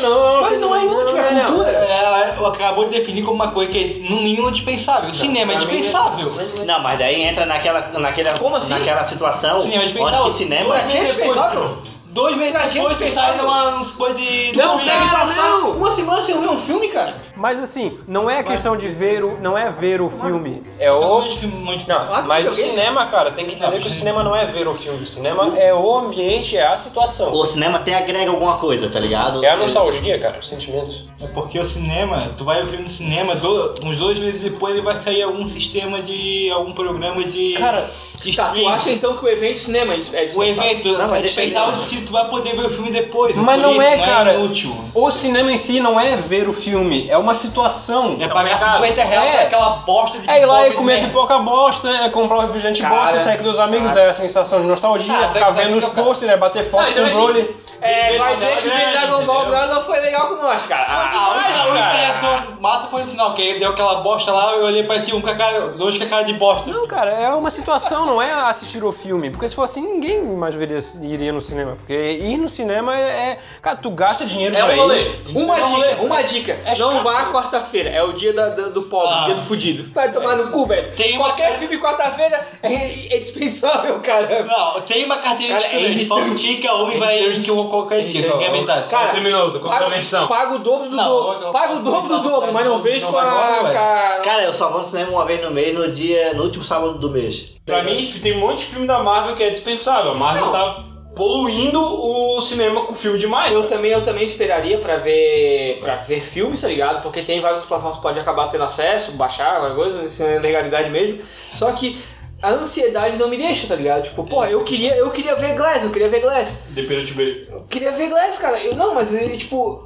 A: Não,
E: Mas não é inútil, é
A: não.
E: cultura.
D: É, eu acabou de definir como uma coisa que é no mínimo dispensável. O cinema
A: pra mim
D: é
A: é-
D: dispensável.
C: Não, mas daí entra naquela, naquela,
E: Como assim?
C: naquela situação
D: Cinema é dispensável.
C: onde que cinema.
D: Dois
E: Pra ti é
D: meses depois-
E: dispensável?
D: Dois meses
E: Pra ti é
D: depois tu sai
E: dispensável.
D: numa, num supor de.
E: Não é
D: de-
E: consegue
A: cara,
E: passar
A: não.
E: uma semana sem ver um filme, cara.
A: Mas assim, não é a questão de ver o. Não é ver o filme. É
D: Não,
A: o.
D: dois filmes muito-
A: Não, mas o cinema, cara, tem que entender que o cinema não é ver o filme. O cinema é o ambiente, é a situação.
C: O cinema até agrega alguma coisa, tá ligado?
A: É a nostalgia, cara, os sentimentos.
D: É porque o cinema, tu vai ver o filme no cinema, do- uns dois meses depois ele vai sair algum sistema de. algum programa de.
A: Cara,
D: de
E: Tá, tu
D: streaming.
E: acha então que o evento de cinema é dispensável?
D: O evento,
C: Não, mas
D: é dispensável
C: depende.
D: se tu vai poder ver o filme depois.
A: Mas
D: por
A: não
D: isso,
A: é, cara.
D: É inútil.
A: o cinema em si não é ver o filme, é uma situação.
D: É pagar
A: mercado.
D: 50 reais
A: É.
D: pra aquela bosta de
A: É ir lá e
D: pipoca de
A: comer
D: merda.
A: pipoca bosta, é comprar um refrigerante
E: Cara,
A: bosta, sair com os amigos, é a sensação de nostalgia,
D: Ah,
A: ficar
D: sabe- sabe
A: vendo os
D: que eu-
A: pôster, é bater foto,
E: Ah, então assim,
A: controle.
E: É, vai ver que
B: grande,
E: ver Dragon Ball
B: entendeu?
E: Brasil não foi legal com nós, cara.
D: Ah, a única
B: cara.
D: reação massa foi no final, que aí deu aquela bosta lá, eu olhei pra ti um com a cara, dois com a cara de bosta.
A: Não, cara, é uma situação, não é assistir o filme. Porque se fosse assim, ninguém mais veria, iria no cinema. Porque ir no cinema é. é- cara, tu gasta dinheiro
B: É
A: pra
B: um
A: ir.
B: rolê.
E: Uma
B: Não, É
E: dica, uma dica. não
B: chato.
E: vá quarta-feira, é o dia da- da- do pobre,
D: Ah.
E: dia do fudido. Vai tomar no cu, velho.
D: Tem uma-
E: Qualquer filme quarta-feira é, é dispensável, cara.
D: Não, tem uma carteira de
E: Cara, é
D: estudante, fala um tica, homem vai em que eu vou colocar em dia,
E: Então,
D: não quer metade.
E: cara,
B: um criminoso, com convenção.
E: paga o dobro do
D: Não,
E: dobro.
D: eu-
E: Paga o dobro do dobro, mas não vejo com a.
D: Não, velho.
E: ca-
C: Cara, eu só vou no cinema uma vez no mês, no dia, no último sábado do mês.
B: Pra mim, tem um monte de filme da Marvel que é dispensável. A Marvel
E: Não.
B: tá poluindo o cinema com filme demais.
E: Eu também, eu também esperaria pra ver pra ver filmes, tá ligado? Porque tem vários plataformas que pode acabar tendo acesso, baixar, alguma coisa, isso é legalidade mesmo. Só que a ansiedade não me deixa, tá ligado? Tipo, porra, eu queria, eu queria ver Glass, eu queria ver Glass.
B: Depende de
E: Eu queria ver Glass, cara. Eu, não, mas ele, tipo,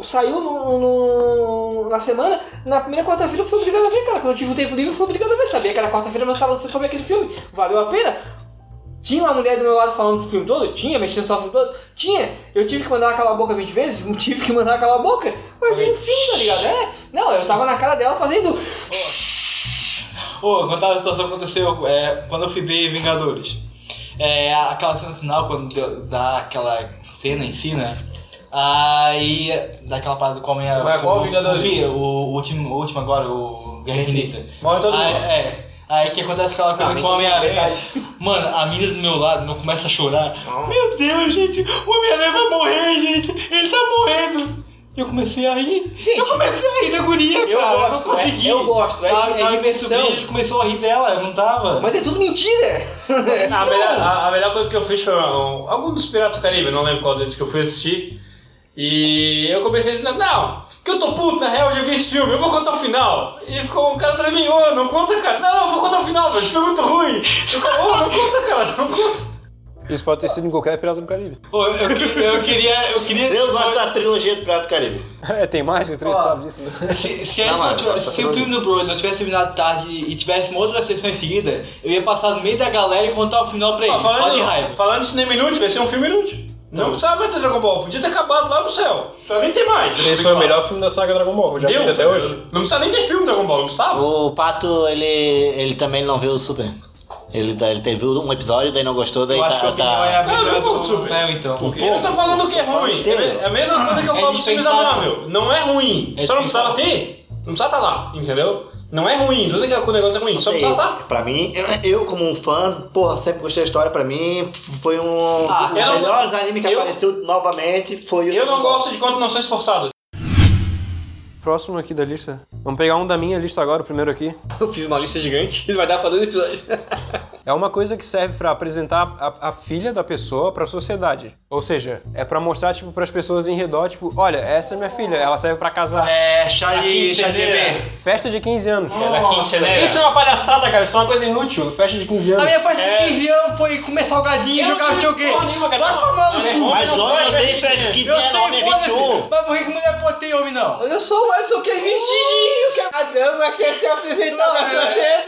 E: saiu no, no- na semana, na primeira quarta-feira eu fui obrigado a ver, cara. Quando eu tive o tempo livre eu fui obrigado a ver. Sabia que era quarta-feira, mas tava sobre aquele filme. Valeu a pena? Tinha uma mulher do meu lado falando do filme todo? Tinha, mexendo só no filme todo? Tinha. Eu tive que mandar ela calar a boca 20 vezes? Não tive que mandar ela calar a boca. Mas enfim, tá ligado? É. Não, eu tava na cara dela fazendo.
D: Ô, oh, contar a situação que aconteceu é, quando eu fui ver Vingadores. É, aquela cena final, quando deu- dá aquela cena em si, né? Aí, daquela parada com a minha.
B: Mas qual Vingadores?
D: O, o último, o último agora, o Guerra Infinita.
B: Morre todo
D: Aí,
B: mundo.
D: é. Aí que acontece aquela coisa
E: Ah,
D: com o Homem-Aranha.
E: verdade.
D: Mano, a mina do meu lado não começa a chorar. Meu Deus, gente, o Homem-Aranha vai morrer, gente. Ele tá morrendo. Eu comecei a rir.
E: Gente,
D: eu comecei a rir da guria,
E: eu
D: cara. eu não
E: gosto, é-
D: consegui.
E: eu gosto, é-
D: a,
E: é
D: a
E: diversão.
D: Mitsubishi começou a rir dela, eu não tava.
E: Mas é tudo mentira! é.
B: A melhor, a, a melhor coisa que eu fiz foi um, algum dos Piratas do Caribe, não lembro qual deles que eu fui assistir. E eu comecei dizendo, não, que eu tô puto, na real, eu joguei esse filme, eu vou contar o final. E ficou um cara pra mim, ô, não conta, cara. Não, não, eu vou contar o final, velho, esse filme é muito ruim. Eu falei, ô, não conta, cara, não conta.
A: Isso pode ter sido em qualquer Pirata do Caribe.
D: Pô, eu, que- eu queria. Eu queria.
C: Eu gosto da trilogia do Pirata do Caribe.
A: É, tem mais que o
D: Ó.
A: sabe disso. né?
D: Se, se,
C: Não,
D: a-
C: mas
D: se eu-
E: tá
C: gosto da
D: se o filme do Bro não tivesse terminado tarde e tivesse uma outra sessão em seguida, eu ia passar no meio da galera e contar o final pra
B: Ah,
E: Tá
D: eles. Só de raiva. Tá.
B: falando, falando de cinema inútil, vai ser um filme inútil. Não, precisava mais ter Dragon Ball, podia ter acabado lá no céu. Então nem tem mais.
A: Esse foi o melhor filme da saga Dragon Ball, já vi
B: Deu,
A: até hoje.
B: Não precisa nem ter filme do Dragon Ball, não precisava.
C: O Pato, ele, ele também não viu o Super. Ele, tá- ele teve um episódio, daí não gostou, daí
D: Eu acho que a
C: tá.
D: opinião é
C: tá...
D: a mesma
B: eu
D: do
B: curto,
D: Rafael, então.
C: Um
B: Eu não tô
C: pouco.
B: falando que é ruim.
C: inteiro.
B: É a mesma coisa que eu
D: É
B: falo dos filmes da
D: dispensável.
B: Marvel. Não é ruim.
D: É
B: Só não precisava ter. Não precisava estar lá, entendeu? Não é ruim. Tudo que o negócio é ruim.
C: Não
B: Só
C: sei,
B: precisava estar.
C: pra mim, eu, eu como um fã, porra, sempre gostei da história, pra mim foi um
D: Ah,
C: um
B: eu
C: dos
B: não-
C: melhores animes que
B: eu-
C: apareceu novamente, foi o
B: Eu não
C: Dragon Ball.
B: gosto de quando não são esforçadas.
A: próximo aqui da lista? Vamos pegar um da minha lista agora, o primeiro aqui.
E: Eu fiz uma lista gigante, vai dar pra dois episódios.
A: É uma coisa que serve pra apresentar a, a filha da pessoa pra sociedade. Ou seja, é pra mostrar, tipo, pras pessoas em redor, tipo, olha, essa é minha filha, ela serve pra casar.
D: É, Charlie,
B: Aqui,
D: Charlie
B: Cedeira.
D: Bebê.
A: Festa de 15 anos.
B: Era quinceaneira.
A: Isso é uma palhaçada, cara, isso é uma coisa inútil. Festa de 15
D: A
A: anos.
D: minha festa de 15 anos foi comer salgadinho e
B: Eu
D: jogar
B: não tenho
D: videogame.
B: porra nenhuma, cara.
D: Vai tomar no
B: Olha,
D: cu.
B: homem
C: Mas
B: não
C: homem não
B: pode,
C: tem
B: vai ter
C: festa de
B: que-
C: 15
D: Eu sei,
C: anos, homem é
D: foda-se.
C: 21.
D: Mas por que que mulher pode ter homem não?
E: Eu sou mais o que é vestidinho, que a dama quer se apresentar pra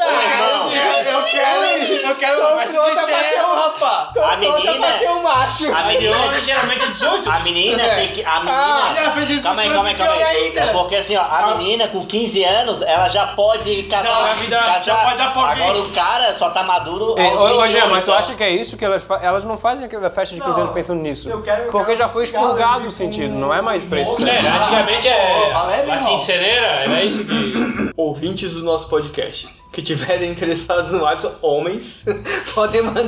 C: Não,
E: sociedade.
D: Eu quero, eu quero,
E: Tô
D: mas tu
E: pronta pra ter
D: entendeu,
E: um-
D: rapaz.
E: Tô
C: A
E: pronta
C: menina-
E: pra ter um macho.
C: A
B: Homem
C: menina,
B: geralmente é
D: Ah,
B: 18.
C: a menina tem que. A
E: Ah,
C: menina. Calma aí, calma aí, calma aí. É porque assim, ó, a menina com 15 anos, ela já pode
B: Já,
C: casar.
B: já vida-
C: casar.
B: já pode dar por
C: Agora
B: vinte.
C: o cara só tá maduro.
A: Ei,
C: aos
A: É, Ô, ô,
C: 28,
A: Jean, mas tu
C: ó.
A: acha que é isso que elas, fa- elas não fazem aquela festa de 15 anos pensando nisso?
D: eu quero- eu
A: Porque
D: quero
A: já foi
D: cigarro,
A: expurgado
D: eu
A: o
D: vi com-
A: sentido, não é mais pra isso. que
D: Não,
B: É,
A: serve.
B: antigamente é.
D: Ó, valeu,
B: A
D: irmão.
B: quinceaneira era isso que.
E: Ouvintes do nosso podcast que tiverem interessados no WhatsApp, homens, podem mandar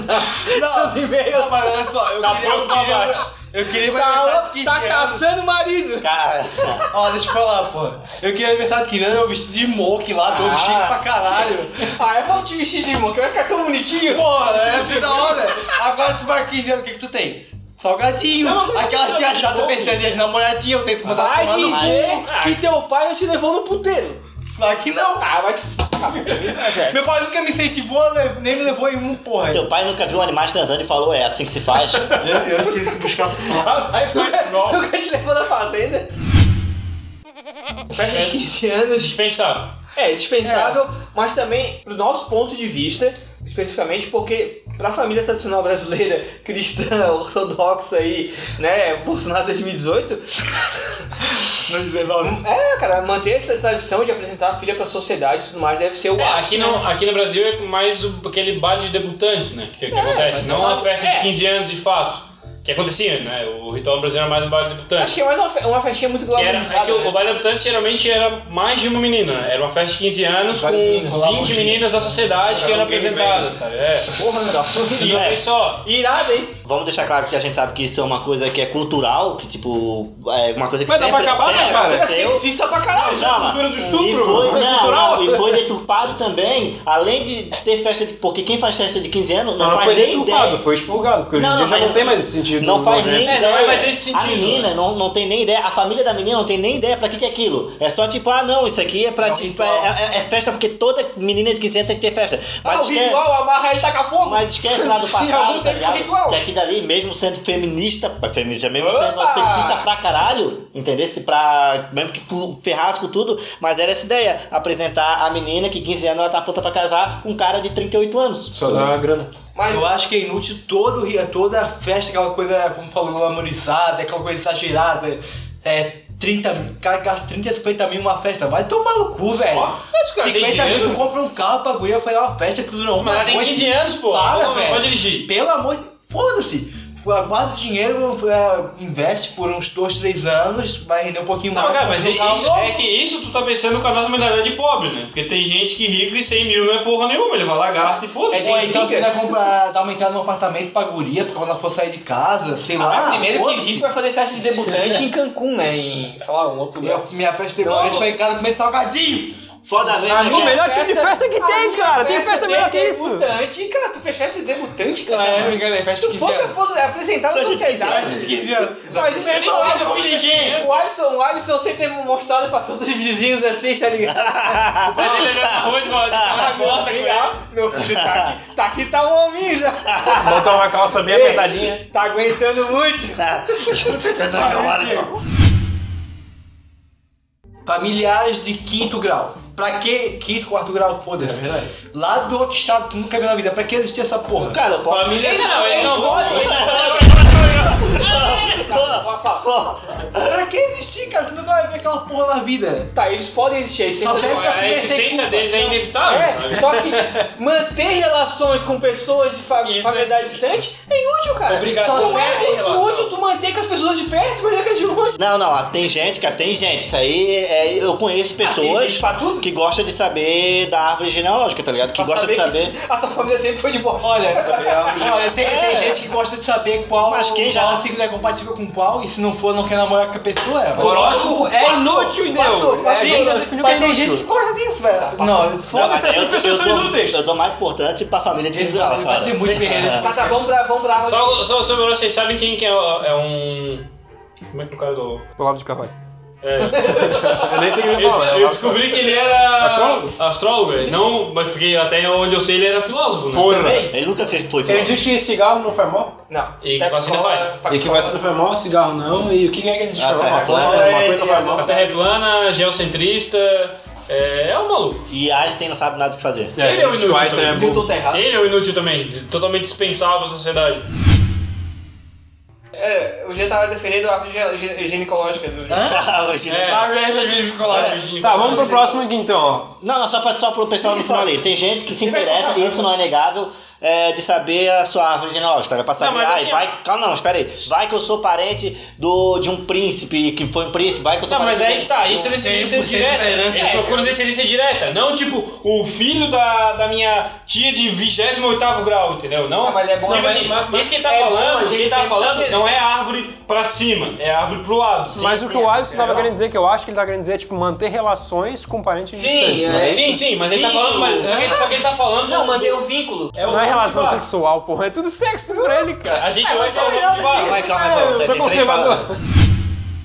D: Não,
E: seus e-mails.
D: não, mas olha só, eu
B: Tá
D: queria, eu
B: pouco pra
D: queria,
B: baixo.
D: eu queria meu aniversário
E: Tá,
D: de 15
E: tá
D: anos.
E: caçando marido.
C: Cara,
D: Ó, deixa eu falar, pô. Eu queria aniversário de 15 anos, eu vesti de moque lá, todo
E: Ah.
D: chique pra caralho.
E: Ah, eu vou te vestir de irmão, que vai ficar tão bonitinho.
D: Porra, é assim da hora. Agora tu vai 15 anos, o que que tu tem? Salgadinho, aquelas tia chata tentando as namoradinhas, eu tento mandar
E: Vai
D: tomar no
E: dizer
D: cu.
E: que teu pai não te levou no puteiro.
D: Claro que não.
E: Ah, vai te f***.
D: Meu pai nunca me incentivou, nem me levou em um, porra.
C: teu pai nunca viu um animais transando e falou, é assim que se faz.
D: Eu, eu tive que buscar.
B: Aí faz novo.
E: Nunca te levou na fazenda. Festa de 15 anos.
B: Dispensável.
E: É, dispensável, mas também, do nosso ponto de vista, especificamente porque pra família tradicional brasileira, cristã, ortodoxa aí, né, Bolsonaro 2018,
D: Não dizer não.
E: é, cara, manter essa tradição de apresentar a filha pra sociedade e tudo mais deve ser o né?
B: É,
E: ar.
B: aqui, no, aqui no Brasil é mais o- aquele baile de debutantes, né? Que, que acontece.
E: mas
B: Não
E: sabe-
B: uma festa de
E: é.
B: 15 anos de fato. Que acontecia, né? O ritual brasileiro era mais um baile de
E: Acho
B: debutantes.
E: que é mais uma, fe- uma festinha muito
B: Que era, é
E: glamourizada.
B: que o, o
E: né?
B: baile de debutantes geralmente era mais de uma menina. né? Era uma festa de 15 anos com
D: Várias meninas, rolava
B: 20
D: um
B: meninas da sociedade que eram
D: um gangbang.
B: apresentadas, sabe? É.
E: Porra, André.
B: E
C: É.
B: é. só.
E: Irado, hein?
C: Vamos deixar claro que a gente sabe que isso é uma coisa que é cultural, que tipo, é uma coisa que
A: Mas dá
C: sempre
A: pra acabar,
C: sempre
A: né, cara?
E: É
C: aconteceu.
E: sexista pra caralho.
C: Calma.
A: cultura do
C: E
A: estupro,
C: foi,
A: mano. É
C: não,
A: cultural.
C: não, e foi deturpado também, além de ter festa de. Porque quem faz festa de 15 anos não,
A: Não, não
C: faz
A: foi
C: nem
A: deturpado,
C: ideia.
A: foi expurgado, porque hoje
C: Não,
A: em dia
C: não,
A: já
C: mas-
A: não tem mais esse sentido. né?
C: Não faz nem
A: nojento.
B: É,
C: ideia.
B: não é mais nesse
C: a
B: sentido, né?
C: menina não, não tem nem ideia, a família da menina não tem nem ideia pra que, que é aquilo. É só tipo, ah não, isso aqui é pra tipo, é, é- é festa porque toda menina de 15 anos tem que ter festa. Mas
E: Ah, o
C: esquece-
E: ritual amarra ele e taca fogo.
C: Mas esquece lá do
E: Em algum
C: passado, tá
E: tempo
C: ligado?
E: ritual.
C: Que aqui dali, mesmo sendo feminista, feminista, mesmo
E: Opa!
C: sendo sexista pra caralho, entendesse? Pra, mesmo que fu- ferrasco tudo, mas era essa ideia, apresentar a menina que 15 anos ela tá pronta pra casar com um cara de 38 anos.
A: Só dá uma grana.
E: Mas
D: Eu acho que é inútil todo, ri- toda a festa, aquela coisa, como falou, glamorizada, aquela coisa exagerada. É 30 mil, cara gasta 30, 50 mil numa festa. Vai tomar no cu, velho.
E: Ó, mas o cara tem
D: 50 mil,
B: dinheiro.
D: tu compra um carro pra guria fazer uma festa que durou uma
B: Mas ela tem
D: noite.
B: 15 anos, pô.
D: Para,
B: não, não
D: velho.
B: pode dirigir.
D: Pelo amor de. Foda-se! Foi- Guarda o dinheiro, é, investe por uns 2, 3 anos, vai render um pouquinho
B: Não,
D: mais.
B: cara, mas
D: compra um carro
B: isso,
D: novo.
B: é que isso tu tá pensando com a nossa mentalidade de pobre, né? Porque tem gente que rico e 100 mil não é porra nenhuma, ele vai lá, gasta e foda-se.
D: Ou
E: É,
D: então
E: tem-
D: você vai comprar, dar uma entrada num apartamento pra guria, porque quando ela for sair de casa, sei
E: Ah, mas
D: lá.
E: primeiro que
D: foda-se.
E: rico vai fazer festa de debutante em Cancún, né? Em, sei lá, um outro lugar.
D: Minha, minha festa de boa, a gente vai em casa comer salgadinho!
C: Foda mesmo é
E: A
A: O
C: que
E: minha-
C: é.
A: melhor tipo de festa que tem, cara. Tem festa melhor que isso.
E: Debutante, cara, tu fez festa de debutante, cara.
D: É, me enganei, festa
E: tu
D: de 15
E: fosse né?
D: anos.
E: apos- apresentado na
C: Festa de 15 anos.
E: sociedade.
D: Festa de 15 anos.
E: Mas isso é
B: Eu nem sei se eu fiz
E: ninguém.
B: isso.
E: O Alisson, o Alisson sempre é mostrado pra todos os vizinhos assim, tá ligado?
B: Mas ele olhando na tá rua e fala, cara, gosta, cara.
E: Meu filho, tá aqui, tá, aqui, tá um homem já.
A: Botar uma calça bem apertadinha.
E: Tá aguentando muito.
D: Familiares de quinto grau. Pra que quinto, quarto grau, foda-se.
B: verdade.
D: Lá do outro estado que nunca viu na vida, pra que existir essa porra?
C: Cara, eu posso.
B: Família é não, ele não
E: Tá, fala, fala.
D: Pra que existir, cara? Tu nunca vai ver aquela porra na vida.
E: Tá, eles podem existir, a existência
D: Só tem-
E: deles-
B: A existência deles é inevitável.
E: É,
B: sabe?
E: só que manter relações com pessoas de fa
B: Isso
E: familiaridade distante é inútil, cara.
B: Obrigação
E: Não
B: é ter
E: é muito
B: relação.
E: útil tu manter com as pessoas de perto, mas é que é de longe.
C: Não, não, ah, tem gente, cara, tem gente. Isso aí é, eu conheço
E: Ah, tem gente
C: pessoas
E: pra tudo?
C: que que gosta de saber da árvore genealógica, tá ligado? Que
E: Pra
C: gosta de saber.
E: que a tua família sempre foi de bosta.
D: Olha, olha tem, tem
C: É.
D: gente que gosta de saber qual,
C: Mas quem já-
D: qual signo é compatível com qual, e se não for, não quer namorar com a pessoa. É,
A: Horóscopo é inútil, Neu!
D: Passou,
A: A
D: passou.
A: gente já definiu que
D: Mas
A: é
D: tem gente
A: inútil.
D: que gosta disso, velho. Tá, Não, foda-se.
A: Foda-se, essas pessoas são
C: dou,
A: inúteis.
C: eu dou mais importante pra família de
D: Esse
C: Vizural,
D: vai ser muito guerreiro esse
E: Mas tá, vamos pra, vamos pra aula.
B: Só, só sobre nós, vocês sabem quem que é, o- é um. Como é que é o cara do.
A: Olavo de Carvalho.
B: É,
A: Eu nem sei o que
B: eu,
A: ele fala. é
B: eu descobri que ele era.
A: Astrólogo?
B: Astrólogo, é. não, mas porque até onde eu sei ele era filósofo, né?
C: Ele nunca fez, foi
A: Ele diz que cigarro não faz mal.
E: Não.
B: E
E: Vai pra
B: vacina
E: escola,
B: faz.
E: pra
A: E que
E: escola.
A: vacina não faz mal, cigarro não. E o que é que ele diz?
C: Ah,
A: que faz
C: tá.
A: mal?
C: Agora
A: Maconha,
E: é-
A: maconha não faz mal.
B: A terra é plana, geocentrista, é, é um maluco.
C: E Einstein não sabe nada o que fazer.
B: É, ele é um inútil
A: Einstein
C: né,
B: também.
A: é burro.
E: Newton tá errado.
B: Ele é um inútil também, des- totalmente dispensável à sociedade.
E: É, o Jean tava defendendo a árvore gene- gene- ginecológica do Jean.
C: A árvore
E: É.
C: genealógica.
D: Ah, velho, de chocolate.
A: Tá, vamos pro próximo aqui então, ó.
C: Não, não, só, pra, só pro pessoal no final ali. Tem gente que se interessa, e isso não é negável, é, de saber a sua árvore genealógica. Tá? Pra saber,
B: Não, mas
C: ai,
B: assim,
C: vai. Calma, não, espera aí. Vai que eu sou parente do, de um príncipe, que foi um príncipe, vai que eu sou
B: Não,
C: parente. um
B: mas aí que tá, isso é
D: Não,
B: descendência
D: 100%
B: direta.
D: da herança.
B: Eles procuram descendência direta, não tipo o filho da, da minha tia de 28 grau, entendeu? Não,
E: Ah, mas é bom,
B: tipo
E: mas-
B: assim,
E: mas-
B: isso que ele tá
E: é bom, a
B: falando,
E: gente
B: que ele tá
E: sempre
B: falando
E: sabe.
B: não é árvore pra cima, é árvore pro lado.
A: Mas o que o Alisson tava querendo dizer, que eu acho que ele tá querendo dizer, é, tipo, manter relações com parentes distantes.
E: é.
A: né?
B: Sim, sim, mas ele tá falando, mas só que ele, só que ele tá falando.
E: Não,
B: do-
E: manter o vínculo.
B: o-
A: Não é relação
B: tipo,
A: sexual, porra. É tudo sexo por ele, cara.
B: A gente hoje é o ramo de baixo.
C: Calma, calma, calma.
A: Eu sou
C: Tem três
A: conservador.
C: palavras.